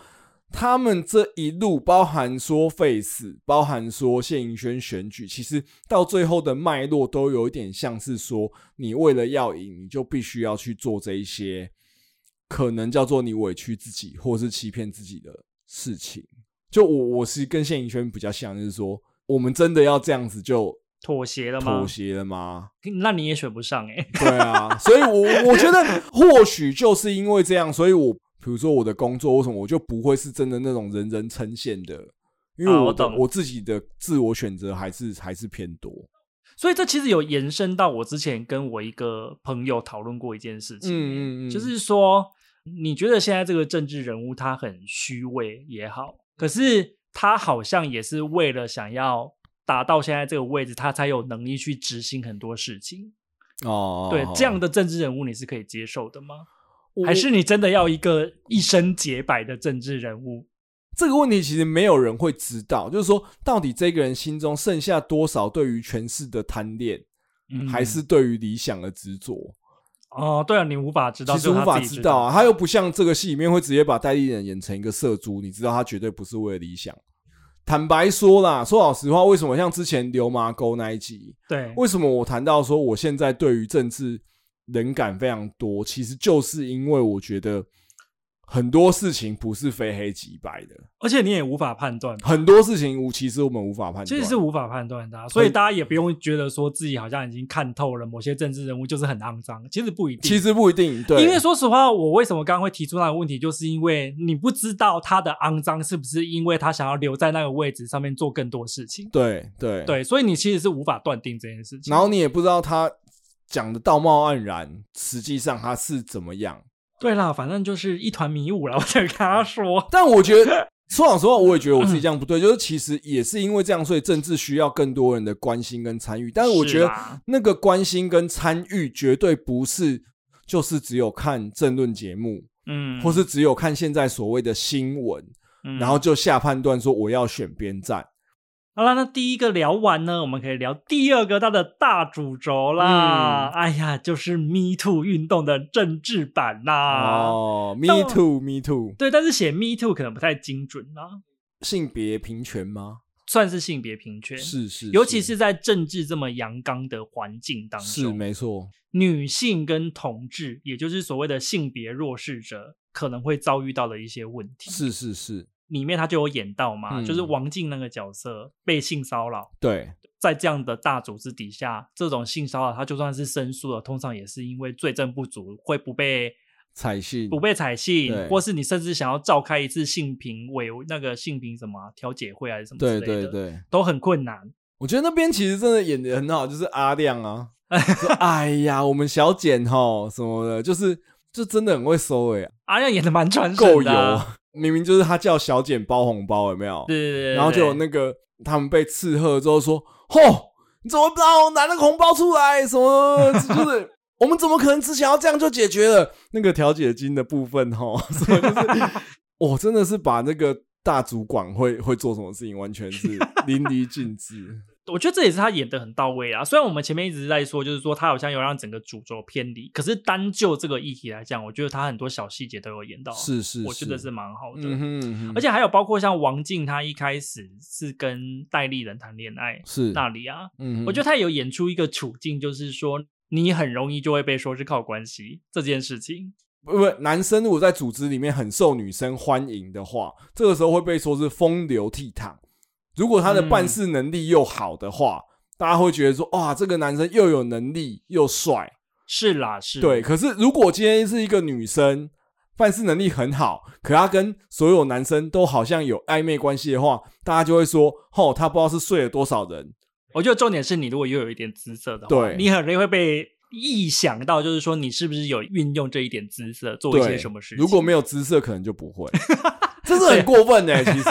B: 他们这一路包含说 face，包含说谢盈萱选举，其实到最后的脉络都有一点像是说，你为了要赢，你就必须要去做这一些可能叫做你委屈自己或是欺骗自己的事情。就我我是跟谢盈萱比较像，就是说，我们真的要这样子就
A: 妥协了吗
B: 妥？协了吗？
A: 那你也选不上哎、
B: 对啊，所以我我觉得或许就是因为这样，所以我比如说我的工作为什么我就不会是真的那种人人称羡的，因为
A: 啊我
B: 我的、
A: 懂
B: 我自己的自我选择还是还是偏多。
A: 所以这其实有延伸到我之前跟我一个朋友讨论过一件事情、欸
B: 嗯嗯嗯
A: 就是说你觉得现在这个政治人物他很虚伪也好，可是他好像也是为了想要达到现在这个位置，他才有能力去执行很多事情。
B: 哦，
A: 对
B: 哦
A: 这样的政治人物，你是可以接受的吗？
B: 我
A: 还是你真的要一个一身洁白的政治人物？
B: 这个问题其实没有人会知道，就是说到底这个人心中剩下多少对于权势的贪恋，
A: 嗯
B: 还是对于理想的执着，
A: 哦，对啊，你无法知道，
B: 其
A: 只
B: 实
A: 有
B: 无
A: 他
B: 法
A: 自己
B: 知
A: 知
B: 道啊。他又不像这个戏里面会直接把戴立人演成一个色猪，你知道他绝对不是为了理想。坦白说啦，说老实话，为什么像之前流麻沟那一集，
A: 对，
B: 为什么我谈到说我现在对于政治冷感非常多，其实就是因为我觉得很多事情不是非黑即白的，
A: 而且你也无法判断。
B: 很多事情无其实我们无法判断。
A: 其实是无法判断的啊、所以大家也不用觉得说自己好像已经看透了某些政治人物就是很肮脏，其实不一定。
B: 其实不一定，对，
A: 因为说实话，我为什么刚刚会提出那个问题，就是因为你不知道他的肮脏是不是因为他想要留在那个位置上面做更多事情，
B: 对对，
A: 对，所以你其实是无法断定这件事情。
B: 然后你也不知道他讲的道貌岸然，实际上他是怎么样。
A: 对啦，反正就是一团迷雾了，我想跟他说，
B: 但我觉 得说老实话，我也觉得我自己这样不对， 就是其实也是因为这样，所以政治需要更多人的关心跟参与。但是我觉
A: 是
B: 得
A: 啦
B: 那个关心跟参与绝对不是就是只有看政论节目，
A: 嗯，
B: 或是只有看现在所谓的新闻，
A: 嗯
B: 然后就下判断说我要选边站。
A: 好了，那第一个聊完呢，我们可以聊第二个它的大主轴
B: 嗯
A: 啦。哎呀，就是 Me Too 运动的政治版啦。
B: 哦
A: 啊但
B: ，me
A: 我
B: too，me too，
A: 对，但是写 Me Too 可能不太精准啦，
B: 性别平权吗？
A: 算是性别平权，
B: 是是，
A: 尤其是在政治这么阳刚的环境当
B: 是
A: 中，
B: 没错，
A: 女性跟同志，也就是所谓的性别弱势者，可能会遭遇到的一些问题。
B: 是是是，
A: 里面他就有演到嘛，
B: 嗯
A: 就是王静那个角色被性骚扰，
B: 对，
A: 在这样的大组织底下，这种性骚扰，他就算是申诉了，通常也是因为罪证不足，会不被
B: 采信
A: 不被采信
B: 嗯对，
A: 或是你甚至想要召开一次性平委那个性平什么啊调解会还是什么之
B: 对
A: 类的，
B: 对对。
A: 都很困难。
B: 我觉得那边其实真的演的很好，就是阿亮啊，说哎呀，我们小简哈什么的，就是就真的很会收尾、啊
A: 阿亮演的蛮传神
B: 够
A: 的
B: 油
A: 啊、。
B: 明明就是他叫小简包红包，有没有？
A: 对对对对，
B: 然后就有
A: 对
B: 那个他们被斥喝之后说：“吼，你怎么不让我拿那个红包出来？什么就是 我们怎么可能只想要这样就解决了那个调解金的部分？吼，所以就是我真的是把那个大主管会会做什么事情完全是淋漓尽致。
A: 我觉得这也是他演的很到位啊。虽然我们前面一直在说，就是说他好像有让整个主轴偏离，可是单就这个议题来讲，我觉得他很多小细节都有演到，
B: 是是，
A: 我觉得是蛮好的。
B: 嗯哼，嗯哼
A: 而且还有包括像王静，她一开始是跟戴丽人谈恋爱
B: 是
A: 那里啊，
B: 嗯哼，
A: 我觉得他有演出一个处境，就是说你很容易就会被说是靠关系这件事情。
B: 不不，男生如果在组织里面很受女生欢迎的话，这个时候会被说是风流倜傥。如果他的
A: 嗯
B: 办事能力又好的话，大家会觉得说哇，这个男生又有能力又帅。
A: 是啦，是
B: 对，，可是如果今天是一个女生，办事能力很好，可她跟所有男生都好像有暧昧关系的话，大家就会说，吼，她不知道是睡了多少人。
A: 我觉得重点是你如果又有一点姿色的话，
B: 对
A: 你很容易会被臆想到，就是说你是不是有运用这一点姿色做一些
B: 对，
A: 什么事情？
B: 如果没有姿色，可能就 不会。这是很过分的、其实。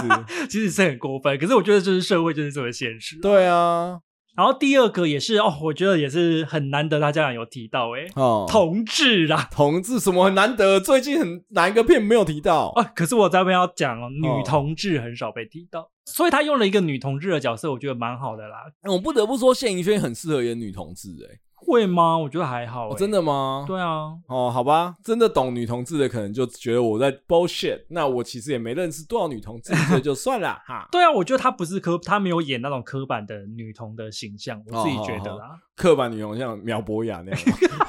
A: 其实是很过分，可是我觉得就是社会就是这么现实。
B: 对啊，
A: 然后第二个也是哦，我觉得也是很难得，他家长有提到哎、
B: 哦，
A: 同志啦。
B: 同志什么很难得，最近很哪一个片没有提 到？
A: 啊，可是我这边要讲哦，
B: 哦
A: 女同志很少被提到，所以他用了一个女同志的角色，我觉得蛮好的啦。
B: 哎我不得不说，谢盈萱很适合演女同志、欸，
A: 会吗？我觉得还好、
B: 哦
A: 欸
B: 真的吗？
A: 对啊，
B: 哦，好吧，真的懂女同志的可能就觉得我在 bullshit，那我其实也没认识多少女同志，所以就算了 哈。
A: 对啊，我觉得她不是科，她没有演那种刻板的女童的形象，我
B: 哦
A: 自己觉得啦。
B: 刻板女同像苗博雅那 样吗，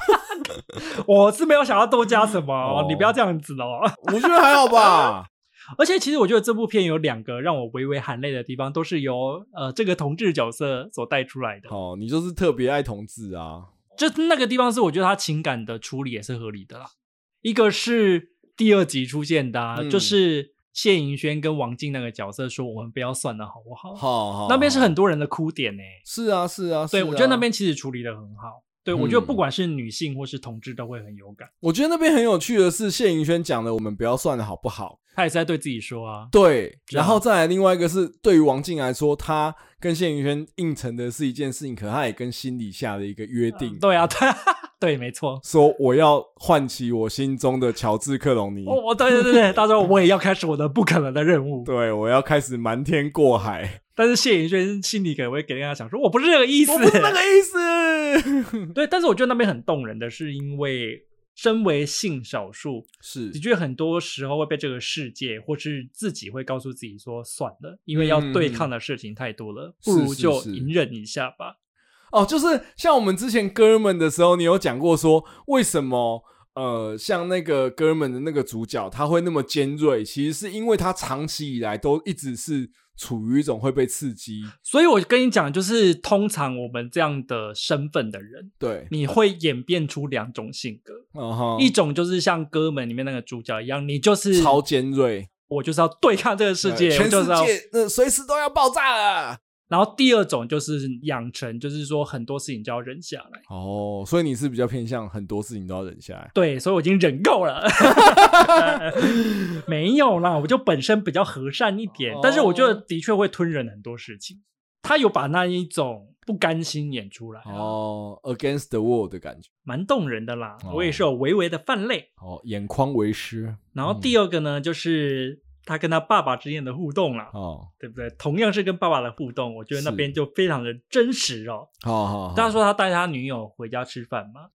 A: 我是没有想要多加什么，
B: 哦
A: 你不要这样子哦。
B: 我觉得还好吧。
A: 而且其实我觉得这部片有两个让我微微含泪的地方，都是由呃这个同志角色所带出来的。
B: 哦，你就是特别爱同志啊。
A: 就那个地方是我觉得他情感的处理也是合理的啦。一个是第二集出现的、啊，
B: 嗯
A: 就是谢盈萱跟王静那个角色说我们不要算了好不好？
B: 好好，
A: 那边是
B: 好
A: 很多人的哭点呢、
B: 是啊是啊，
A: 对，
B: 是
A: 我觉得
B: 啊
A: 那边其实处理的很好。对，我觉得
B: 嗯
A: 不管是女性或是同志都会很有感。
B: 我觉得那边很有趣的是谢盈萱讲的，我们不要算了好不好？
A: 他也是在对自己说啊，
B: 对，
A: 是啊
B: 然后再来另外一个是，对于王静来说，她跟谢云轩应承的是一件事情，可她也跟心里下了一个约定，
A: 对啊， 对，对，没错。
B: 说我要唤起我心中的乔治克隆尼，
A: 我我对对对对，到时候我也要开始我的不可能的任务。
B: 对我要开始瞒天过海，
A: 但是谢盈萱心里可能会给人家想说，我不是那个意思，
B: 我不是那个意思，
A: 对，但是我觉得那边很动人的是，因为身为性少数，
B: 是
A: 的确很多时候会被这个世界或是自己会告诉自己说算了，因为要
B: 嗯
A: 对
B: 嗯
A: 抗的事情太多了，
B: 是
A: 不如
B: 是
A: 就是隐忍一下吧。
B: 哦，就是像我们之前哥们的时候，你有讲过说为什么。呃，像那个哥们的那个主角，他会那么尖锐，其实是因为他长期以来都一直是处于一种会被刺激，
A: 所以我跟你讲，就是通常我们这样的身份的人，
B: 对，
A: 你会演变出两种性格，
B: 嗯哼，
A: 一种就是像哥们里面那个主角一样，你就是
B: 超尖锐，
A: 我就是要对抗这个世界，
B: 对全
A: 我
B: 世
A: 就是要
B: 界那随时都要爆炸啊了。
A: 然后第二种就是养成，就是说很多事情就要忍下来。
B: 哦，所以你是比较偏向很多事情都要忍下来。
A: 对，所以我已经忍够了。 没有啦，我就本身比较和善一点，但是我觉得的确会吞忍很多事情。他有把那一种不甘心演出来、哦，
B: 哦，against the world 的感觉。
A: 蛮动人的啦。
B: 哦
A: 我也是有微微的泛泪。
B: 哦，眼眶为湿。
A: 然后第二个呢，就是他跟他爸爸之间的互动啦，
B: 哦，
A: 对不对？同样是跟爸爸的互动，我觉得那
B: 是
A: 边就非常的真实哦。
B: 好好好，
A: 他说他带他女友回家吃饭嘛，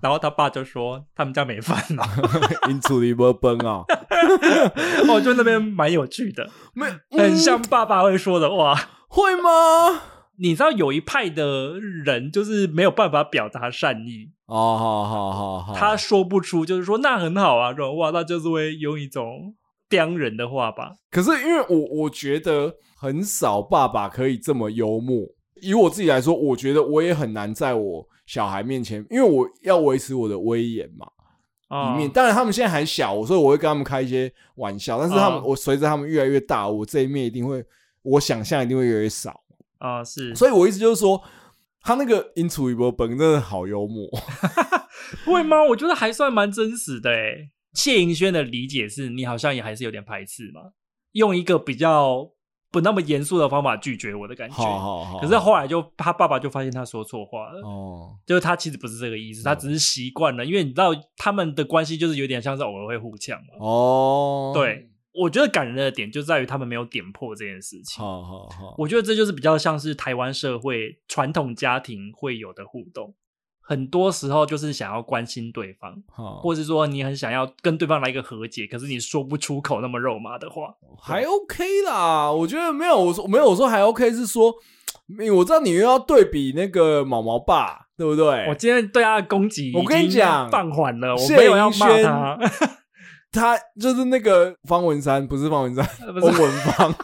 A: 然后他爸就说他们家没饭了。
B: into the world 崩 啊，
A: 哦，我觉得那边蛮有趣的。
B: 没嗯
A: 很像爸爸会说的话。
B: 会吗？
A: 你知道有一派的人就是没有办法表达善意，
B: 哦，好好好好，
A: 他说不出，就是说那很好啊这种话，他就是会用一种刁人的话吧。
B: 可是因为我我觉得很少爸爸可以这么幽默。以我自己来说，我觉得我也很难在我小孩面前，因为我要维持我的威严嘛。
A: 啊、
B: 里面。当然，他们现在还小，所以我会跟他们开一些玩笑。但是他们，
A: 嗯
B: 我随着他们越来越大，我这一面一定会，我想象一定会越来越少。
A: 啊、是
B: 所以我意思就是说，他那个因楚一波本真的好幽默，
A: 会吗？我觉得还算蛮真实的诶。欸谢盈萱的理解是你好像也还是有点排斥嘛，用一个比较不那么严肃的方法拒绝我的感觉。
B: 好好好。
A: 可是后来就他爸爸就发现他说错话了，
B: 哦，
A: 就是他其实不是这个意思，他只是习惯了，因为你知道他们的关系就是有点像是偶尔会互呛嘛。
B: 哦，，
A: 对，我觉得感人的点就在于他们没有点破这件事情。
B: 好好好，
A: 我觉得这就是比较像是台湾社会传统家庭会有的互动，很多时候就是想要关心对方，
B: 好，
A: 或是说你很想要跟对方来一个和解，可是你说不出口那么肉麻的话。
B: 还 OK 啦，我觉得没有，我说没有，我说还 OK 是说，嗯我知道你又要对比那个毛毛爸，对不对？
A: 我今天对他的攻击，
B: 哎我跟你讲
A: 放缓了，我
B: 谢
A: 没有要
B: 盈
A: 骂
B: 萱
A: 他，
B: 他就是那个方文山，不是方文山，
A: 不
B: 欧
A: 是
B: 文芳，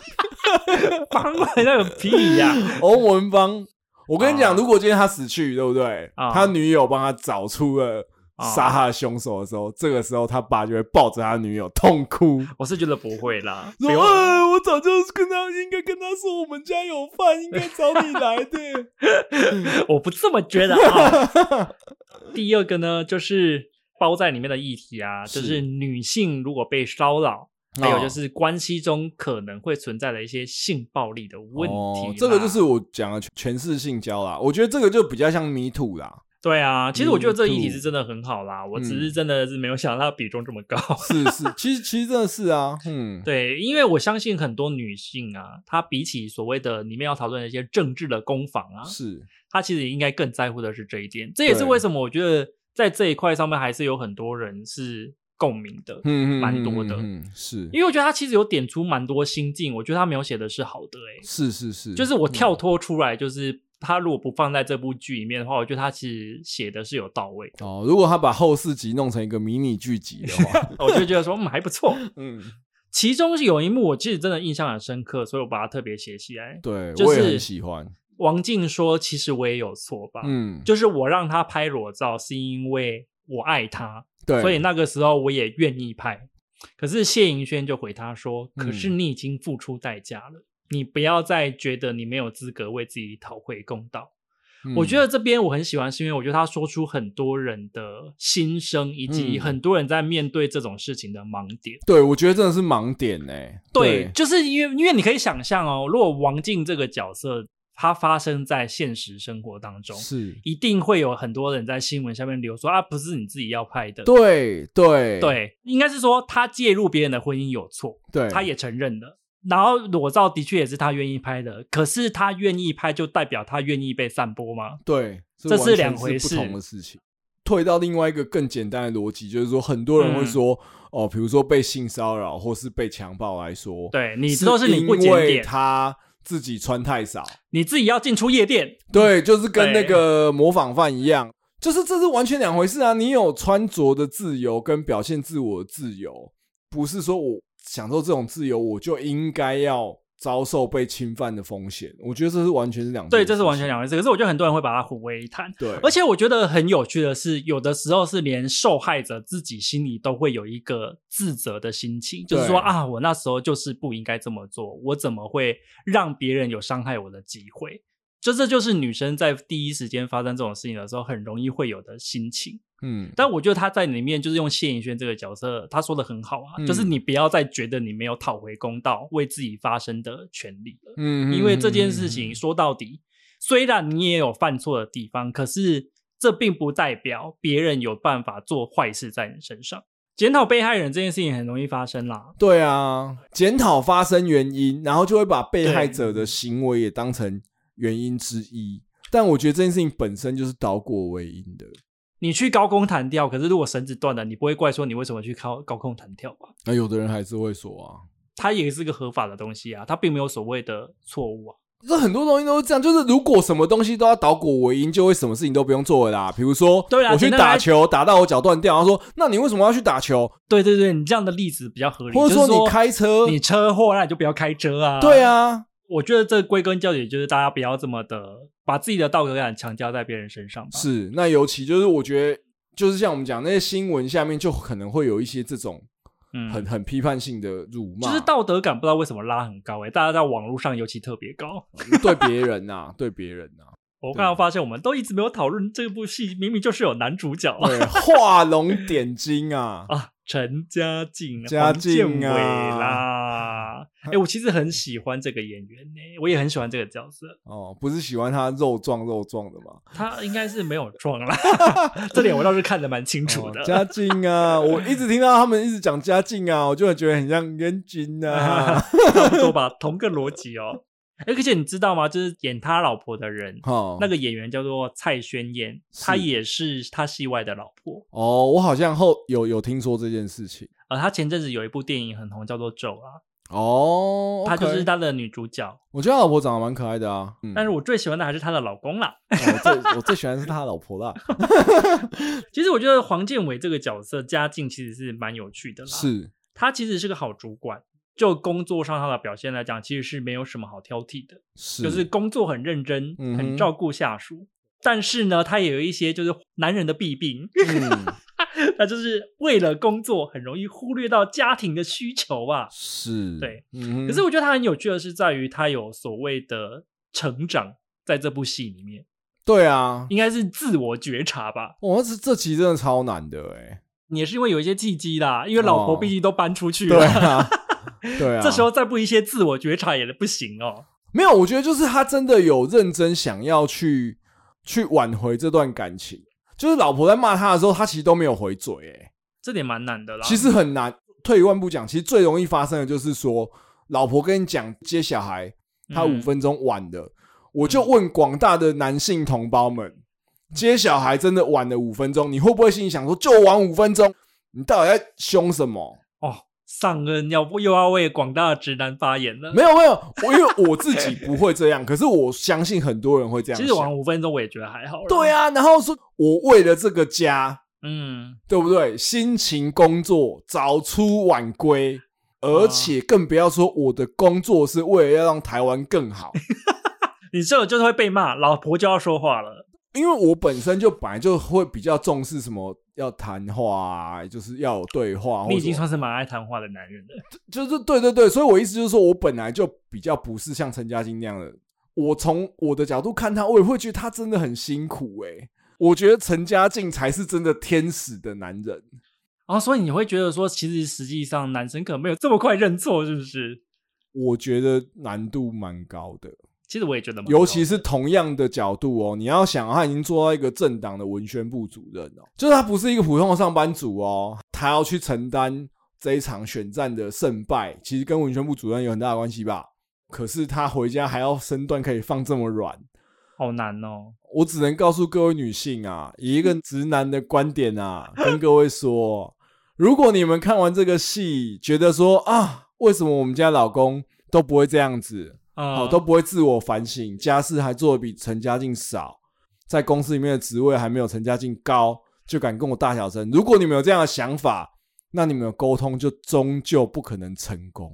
A: 放缓那个屁呀、
B: 欧文芳。我跟你讲，
A: 啊
B: 如果今天他死去，对不对？
A: 啊
B: 他女友帮他找出了
A: 啊
B: 杀他的凶手的时候，这个时候他爸就会抱着他女友痛哭，
A: 我是觉得不会 啦，不
B: 说：“
A: 用
B: 呃，我早就跟他应该跟他说，我们家有饭，应该找你来 的。
A: 我不这么觉得啊。 第二个呢，就是包在里面的议题啊，就是是女性如果被骚扰，还有
B: 哦
A: 就是关系中可能会存在的一些性暴力的问题啦、
B: 哦，这个就是我讲的全是性交啦。我觉得这个就比较像 me too 啦，
A: 对啊。其实我觉得这个议题
B: Me too
A: 是真的很好啦，我只
B: 嗯
A: 是真的是没有想到它比重这么高。
B: 是是，其实其实真的是啊，嗯，
A: 对，因为我相信很多女性啊，她比起所谓的里面要讨论的一些政治的攻防啊，
B: 是
A: 她其实应该更在乎的是这一点。这也是
B: 对
A: 为什么我觉得在这一块上面还是有很多人是共鸣的。
B: 嗯，嗯
A: 蛮多的
B: 嗯，嗯是
A: 因为我觉得他其实有点出蛮多心境，我觉得他描写的是好的、欸，
B: 是是是，嗯
A: 就是我跳脱出来，就是他如果不放在这部剧里面的话，我觉得他其实写的是有到位的，
B: 哦，如果他把后四集弄成一个迷你剧集的话，
A: 我就觉得说 嗯还不 错。
B: 嗯，
A: 其中是有一幕我其实真的印象很深刻，所以我把它特别写起来。
B: 对，
A: 就是
B: 我也很喜欢，
A: 王静说：“其实我也有错吧，
B: 嗯，
A: 啊就是我让他拍裸照是因为我爱他，
B: 对，
A: 所以那个时候我也愿意拍。”可是谢盈萱就回他说：“
B: 嗯
A: 可是你已经付出代价了，你不要再觉得你没有资格为自己讨回公道。”
B: 嗯
A: 我觉得这边我很喜欢，是因为我觉得他说出很多人的心声，以及
B: 嗯
A: 很多人在面对这种事情的盲点。
B: 对，我觉得真的是盲点呢、
A: 对，就是因为因为你可以想象哦，如果王静这个角色，她发生在现实生活当中，
B: 是，
A: 一定会有很多人在新闻下面留说啊，不是你自己要拍的。
B: 对对
A: 对，应该是说他介入别人的婚姻有错，
B: 对，
A: 他也承认了。然后裸照的确也是他愿意拍的，可是他愿意拍就代表他愿意被散播吗？
B: 对，
A: 这
B: 完
A: 是
B: 全
A: 两
B: 是
A: 回
B: 不
A: 事
B: 同的事情。退到另外一个更简单的逻辑，就是说，很多人会
A: 嗯
B: 说，哦，比如说被性骚扰或是被强暴来说，，
A: 对你
B: 是
A: 都是你不检
B: 因为
A: 点，
B: 他自己穿太少，
A: 你自己要进出夜店，
B: 对，就是跟
A: 对
B: 那个模仿犯一样，就是这是完全两回事啊！你有穿着的自由跟表现自我的自由，不是说我享受这种自由，我就应该要遭受被侵犯的风险。我觉得这是完全是两
A: 对，
B: 件
A: 这是
B: 事
A: 完全
B: 情
A: 两回事。可是我觉得很多人会把它混为一谈。
B: 对，
A: 而且我觉得很有趣的是，有的时候是连受害者自己心里都会有一个自责的心情，就是说
B: 对
A: 啊，我那时候就是不应该这么做，我怎么会让别人有伤害我的机会？就这就是女生在第一时间发生这种事情的时候，很容易会有的心情。
B: 嗯，
A: 但我觉得她在里面就是用谢颖轩这个角色，她说的很好啊，
B: 嗯
A: 就是你不要再觉得你没有讨回公道，为自己发声的权利了。
B: 嗯，
A: 因为这件
B: 嗯
A: 事情，说到底，虽然你也有犯错的地方，可是这并不代表别人有办法做坏事在你身上。检讨被害人这件事情很容易发生啦，
B: 对啊，检讨发生原因，然后就会把被害
A: 对
B: 者的行为也当成原因之一。但我觉得这件事情本身就是导果为因的。
A: 你去高空弹跳，可是如果绳子断了，你不会怪说你为什么去高高空弹跳吧？
B: 那、有的人还是会说啊，
A: 它也是个合法的东西啊，它并没有所谓的错误啊。
B: 这很多东西都是这样，就是如果什么东西都要导果为因，就会什么事情都不用做了啦。比如说，
A: 对啊
B: 我去
A: 简单来
B: 打球打到我脚断掉，然后说，那你为什么要去打球？
A: 对对对，你这样的例子比较合理，
B: 或者
A: 就是
B: 说你开车，
A: 你啊车祸，那你就不要开车啊。
B: 对，啊，
A: 我觉得这归根结底就是大家不要这么的把自己的道德感强加在别人身上吧。
B: 是那尤其就是我觉得，就是像我们讲那些新闻下面就可能会有一些这种
A: 嗯，
B: 很很批判性的辱骂，
A: 就是道德感不知道欸为什么拉很高诶、大家在网络上尤其特别高。
B: 啊 对别人呐、对别人呐、
A: 我刚刚发现我们都一直没有讨论这部戏，明明就是有男主角啊！
B: 对，画龙点睛啊
A: 啊，陈嘉靖、
B: 嘉靖啊
A: 黄建伟啦。哎、我其实很喜欢这个演员呢、我也很喜欢这个角色。
B: 哦，不是喜欢他肉壮肉壮的吗？
A: 他应该是没有撞 啦，这点我倒是看得蛮 清楚的。
B: 哦嘉靖 啊，我一直听到他们一直讲嘉靖啊，我就会觉得很像元君啊。
A: 差不多吧，同个逻辑哦。而且你知道吗？就是演他老婆的人，
B: 哦，
A: 那个演员叫做蔡宣燕，
B: 是
A: 她也是他戏外的老婆。
B: 哦，我好像后有有听说这件事情。
A: 呃，她前阵子有一部电影很红，叫做《咒》啊，
B: 哦，
A: 她就是
B: OK
A: 她的女主角。
B: 我觉得他老婆长得蛮可爱的啊，嗯，
A: 但是我最喜欢的还是她的老公啦。
B: 我最我最喜欢的是他老婆啦，
A: 其实我觉得黄建伟这个角色家境其实 是蛮有趣的啦。，
B: 是
A: 他其实是个好主管，就工作上他的表现来讲，其实是没有什么好挑剔的，
B: 是
A: 就是工作很认真，
B: 嗯哼
A: 很照顾下属。但是呢，他也有一些就是男人的弊病，
B: 嗯
A: 他就是为了工作很容易忽略到家庭的需求啊。
B: 是，
A: 对，
B: 嗯哼，
A: 可是我觉得他很有趣的是在于他有所谓的成长，在这部戏里面
B: 对啊，
A: 应该是自我觉察吧。
B: 哇，这这集真的超难的哎，
A: 也是因为有一些契机啦，因为老婆
B: 哦
A: 毕竟都搬出去
B: 对
A: 了，
B: 啊，对啊，
A: 这时候再不一些自我觉察也不行哦。
B: 没有，我觉得就是他真的有认真想要去去挽回这段感情，就是老婆在骂他的时候，他其实都没有回嘴哎，
A: 这点蛮难的啦。
B: 其实很难。退一万步讲，其实最容易发生的就是说，老婆跟你讲接小孩，他
A: 嗯
B: 五分钟晚了，我就问广大的男性同胞们，接小孩真的晚了五分钟，你会不会心里想说，就晚五分钟，你到底在凶什么？
A: 哦，上恩要不又要为广大的直男发言了。
B: 没有没有，我因为我自己不会这样，可是我相信很多人会这样
A: 其
B: 想。
A: 实玩五分钟我也觉得还好。
B: 对，啊，然后说我为了这个家，
A: 嗯，
B: 对不对？辛勤工作，早出晚
A: 啊
B: 归，而且更不要说我的工作是为了要让台湾更好，
A: 你这个就是会被骂，老婆就要说话了。
B: 因为我本身就本来就会比较重视什么要谈话啊，就是要有对话，或
A: 你
B: 者
A: 已经
B: 什么
A: 算是蛮爱谈话的男人了。
B: 就是对对对，所以我意思就是说我本来就比较不是像陈嘉欣那样的，我从我的角度看他，我也会觉得他真的很辛苦诶、我觉得陈嘉静才是真的天使的男人，
A: 然后、哦所以你会觉得说，其实实际上男生可能没有这么快认错，是不是？
B: 我觉得难度蛮高的，
A: 其实我也觉得蛮高的，
B: 尤其是同样的角度哦。你要想，他已经做到一个政党的文宣部主任哦，就是他不是一个普通的上班族哦，他要去承担这一场选战的胜败，其实跟文宣部主任有很大的关系吧。可是他回家还要身段可以放这么软，
A: 好难哦。
B: 我只能告诉各位女性啊，以一个直男的观点啊，跟各位说，如果你们看完这个戏，觉得说啊，为什么我们家老公都不会这样子，
A: 啊、
B: 哦，都不会自我反省，家事还做的比陈嘉靖少，在公司里面的职位还没有陈嘉靖高，就敢跟我大小声。如果你们有这样的想法，那你们的沟通就终究不可能成功。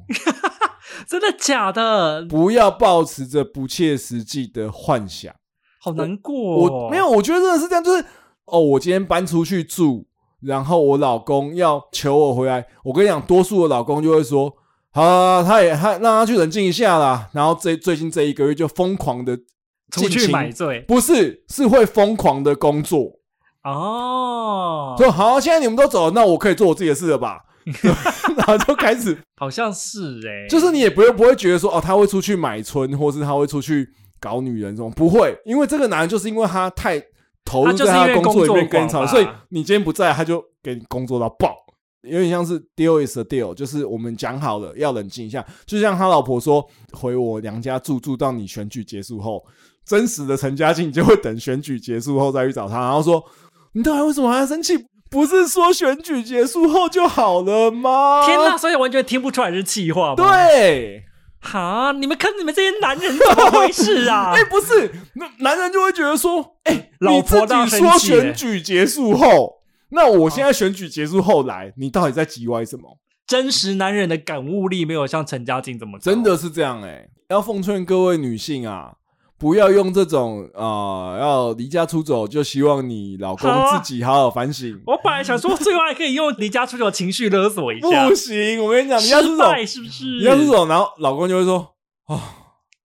A: 真的假的？
B: 不要抱持着不切实际的幻想。
A: 好难过、哦
B: 我没有，我觉得真的是这样，就是哦，我今天搬出去住，然后我老公要求我回来，我跟你讲，多数的老公就会说。好啦、他也他让他去冷静一下啦。然后这最近这一个月就疯狂的
A: 出去买醉
B: 不是，是会疯狂的工作。
A: 哦，
B: 说好，现在你们都走了，那我可以做我自己的事了吧？对，然后就开始，
A: 好像是哎、
B: 就是你也不用不会觉得说哦，他会出去买春，或是他会出去搞女人这种，不会，因为这个男人就是因为他太投入在他的工作里面跟你吵，
A: 他就是
B: 所
A: 因为工作狂吧
B: 以你今天不在，他就给你工作到爆。有点像是 deal is a deal，就是我们讲好了要冷静一下，就像他老婆说回我娘家住，住到你选举结束后，真实的陈嘉靖就会等选举结束后再去找他，然后说你到底为什么还要生气？不是说选举结束后就好了吗？
A: 天哪，所以完全听不出来是气话吗？，
B: 啊对，
A: 哈，你们看你们这些男人怎么 回事啊
B: 哎、？不是，那男人就会觉得说，哎、
A: 老
B: 你自
A: 婆大
B: 己
A: 生
B: 说
A: 气欸啊
B: 选举结束后，那我现在选举结束后来，你到底在叽歪什么？
A: 真实男人的感悟力没有像陈嘉靖这么高
B: 真的是这样哎、要奉劝各位女性啊，不要用这种啊、呃要离家出走就希望你老公
A: 好啊
B: 自己好好反省。
A: 我本来想说，最后还可以用离家出走情绪勒索一下
B: 不，行，我跟你讲，你要是
A: 失
B: 这种
A: 败是不是？
B: 你要是这种，然后老公就会说，哦，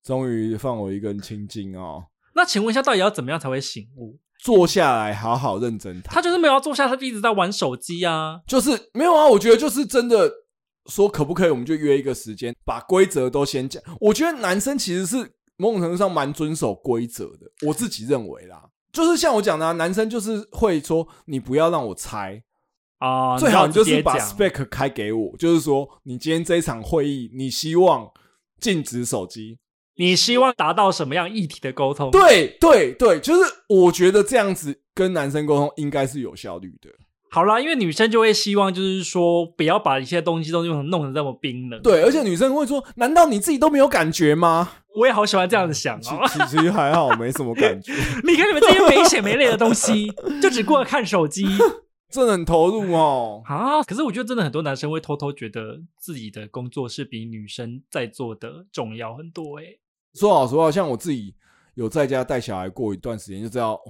B: 终于放我一个人清静哦。
A: 那请问一下，到底要怎么样才会醒悟？
B: 坐下来好好认真谈，
A: 他就是没有要坐下，他就一直在玩手机啊。
B: 就是没有啊。我觉得就是真的说可不可以，我们就约一个时间，把规则都先讲。我觉得男生其实是某种程度上蛮遵守规则的，我自己认为啦。就是像我讲的、啊，男生就是会说你不要让我猜，
A: 啊、
B: 最好你就
A: 知道
B: 是把
A: 直接讲
B: spec 开给我，就是说你今天这一场会议，你希望禁止手机。
A: 你希望达到什么样议题的沟通？，
B: 对对对，就是我觉得这样子跟男生沟通应该是有效率的。
A: 好啦，因为女生就会希望，就是说不要把一些东西都用弄得这么冰冷。，
B: 对，而且女生会说：“难道你自己都没有感觉吗
A: 我也好喜欢这样子想？”
B: 其
A: 哦。
B: 其 实还好，没什么感 觉，
A: 你看你们这些没血没泪的东 西，就只顾着看手机
B: 真的很投入哦。
A: 啊！可是我觉得真的很多男生会偷偷觉得自己的工作是比女生在做的重要很多诶、欸
B: 说老实话，像我自己有在家带小孩过一段时间，就知道哦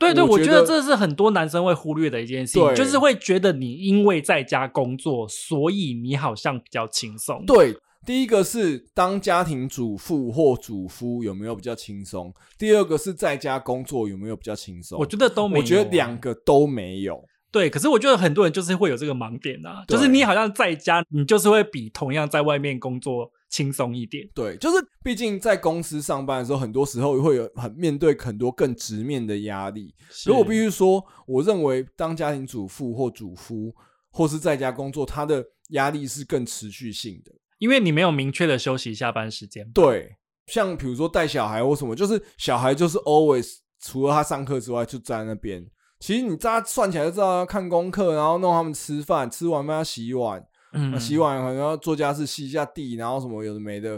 A: 对对，
B: 我
A: 我
B: 觉
A: 觉
B: 得
A: 得这是很多男生会忽略的一件事情，
B: 对
A: 就是会觉得你因为在家工作，所以你好像比较轻松。
B: 对。第一个是当家庭主妇或主夫有没有比较轻松？第二个是在家工作有没有比较轻松？
A: 我觉得都没有。啊
B: 我觉得两个都没有。
A: 对，可是我觉得很多人就是会有这个盲点啊，
B: 对
A: 就是你好像在家，你就是会比同样在外面工作轻松一点。
B: 对，就是毕竟在公司上班的时候，很多时候会有很面对很多更直面的压力。所以我必须说，我认为当家庭主妇或主夫，或是在家工作，他的压力是更持续性的。
A: 因为你没有明确的休息下班时间。
B: 对，像比如说带小孩或什么，就是小孩就是 always 除了他上课之外，就在那边。其实你大家算起来就知道，看功课，然后弄他们吃饭，吃完饭要洗碗，
A: 嗯
B: 啊，洗碗可能要做家事，吸一下地，然后什么有的没的，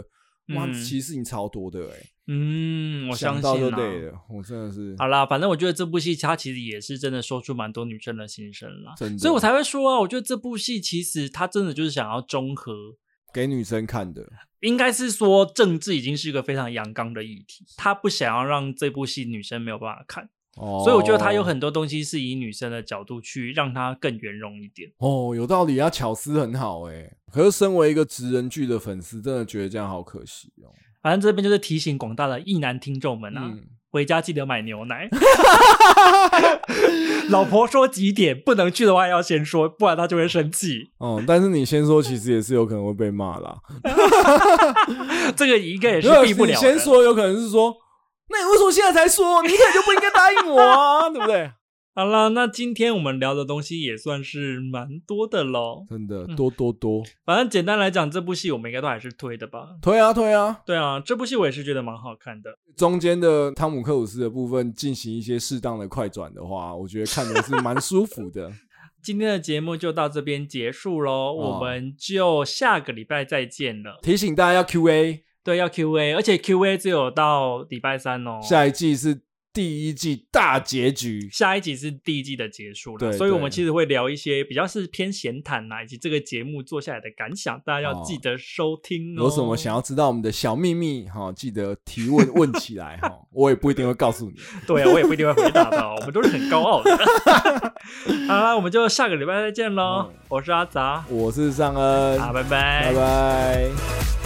B: 哇，
A: 嗯
B: 其实事情超多的哎、欸，
A: 嗯，我相
B: 想
A: 信
B: 到就
A: 啊
B: 累了，我真的是
A: 好啦，反正我觉得这部戏它其实也是真的说出蛮多女生的心声啦，
B: 真的，
A: 所以我才会说啊，我觉得这部戏其实它真的就是想要中和
B: 给女生看的，
A: 应该是说政治已经是一个非常阳刚的议题，他不想要让这部戏女生没有办法看，
B: 哦，
A: 所以我觉得他有很多东西是以女生的角度去让它更圆融一点。
B: 哦有道理啊，巧思很好哎、可是身为一个职人剧的粉丝，真的觉得这样好可惜哦。
A: 反正这边就是提醒广大的意男听众们啊，
B: 嗯，
A: 回家记得买牛奶。 老婆说几点不能去的话要先说，不然她就会生气。
B: 哦，但是你先说，其实也是有可能会被骂啦。
A: 这个应该也是
B: 如果
A: 避不
B: 你
A: 了的。
B: 先说，有可能是说，那你为什么现在才说？你一开始就不应该答应我啊， 对不对？
A: 好了，那今天我们聊的东西也算是蛮多的喽。
B: 真的多多多，
A: 反正简单来讲，这部戏我们应该都还是推的吧。
B: 推啊推啊，
A: 对啊，这部戏我也是觉得蛮好看的。
B: 中间的汤姆克鲁斯的部分进行一些适当的快转的话，我觉得看的是蛮舒服 的。
A: 今天的节目就到这边结束喽，我
B: 哦
A: 们就下个礼拜再见了。
B: 提醒大家要 Q&A，
A: 对，要 Q&A，而且 Q&A 只有到礼拜三哦。
B: 下一季是第一季大结局，
A: 下一集是第一季的结束了，
B: 对
A: 所以我们
B: 对
A: 其实会聊一些比较是偏闲谈啊呐、以及这个节目做下来的感想，大家要记得收听哦。
B: 哦有什么想要知道我们的小秘密哈、记得提问问起来哈、我也不一定会告诉你。
A: 对啊，我也不一定会回答的 哦，我们都是很高傲 的。好啦，我们就下个礼拜再见喽
B: 嗯。
A: 我是阿杂，
B: 我是尚恩，
A: 啊，拜
B: 拜拜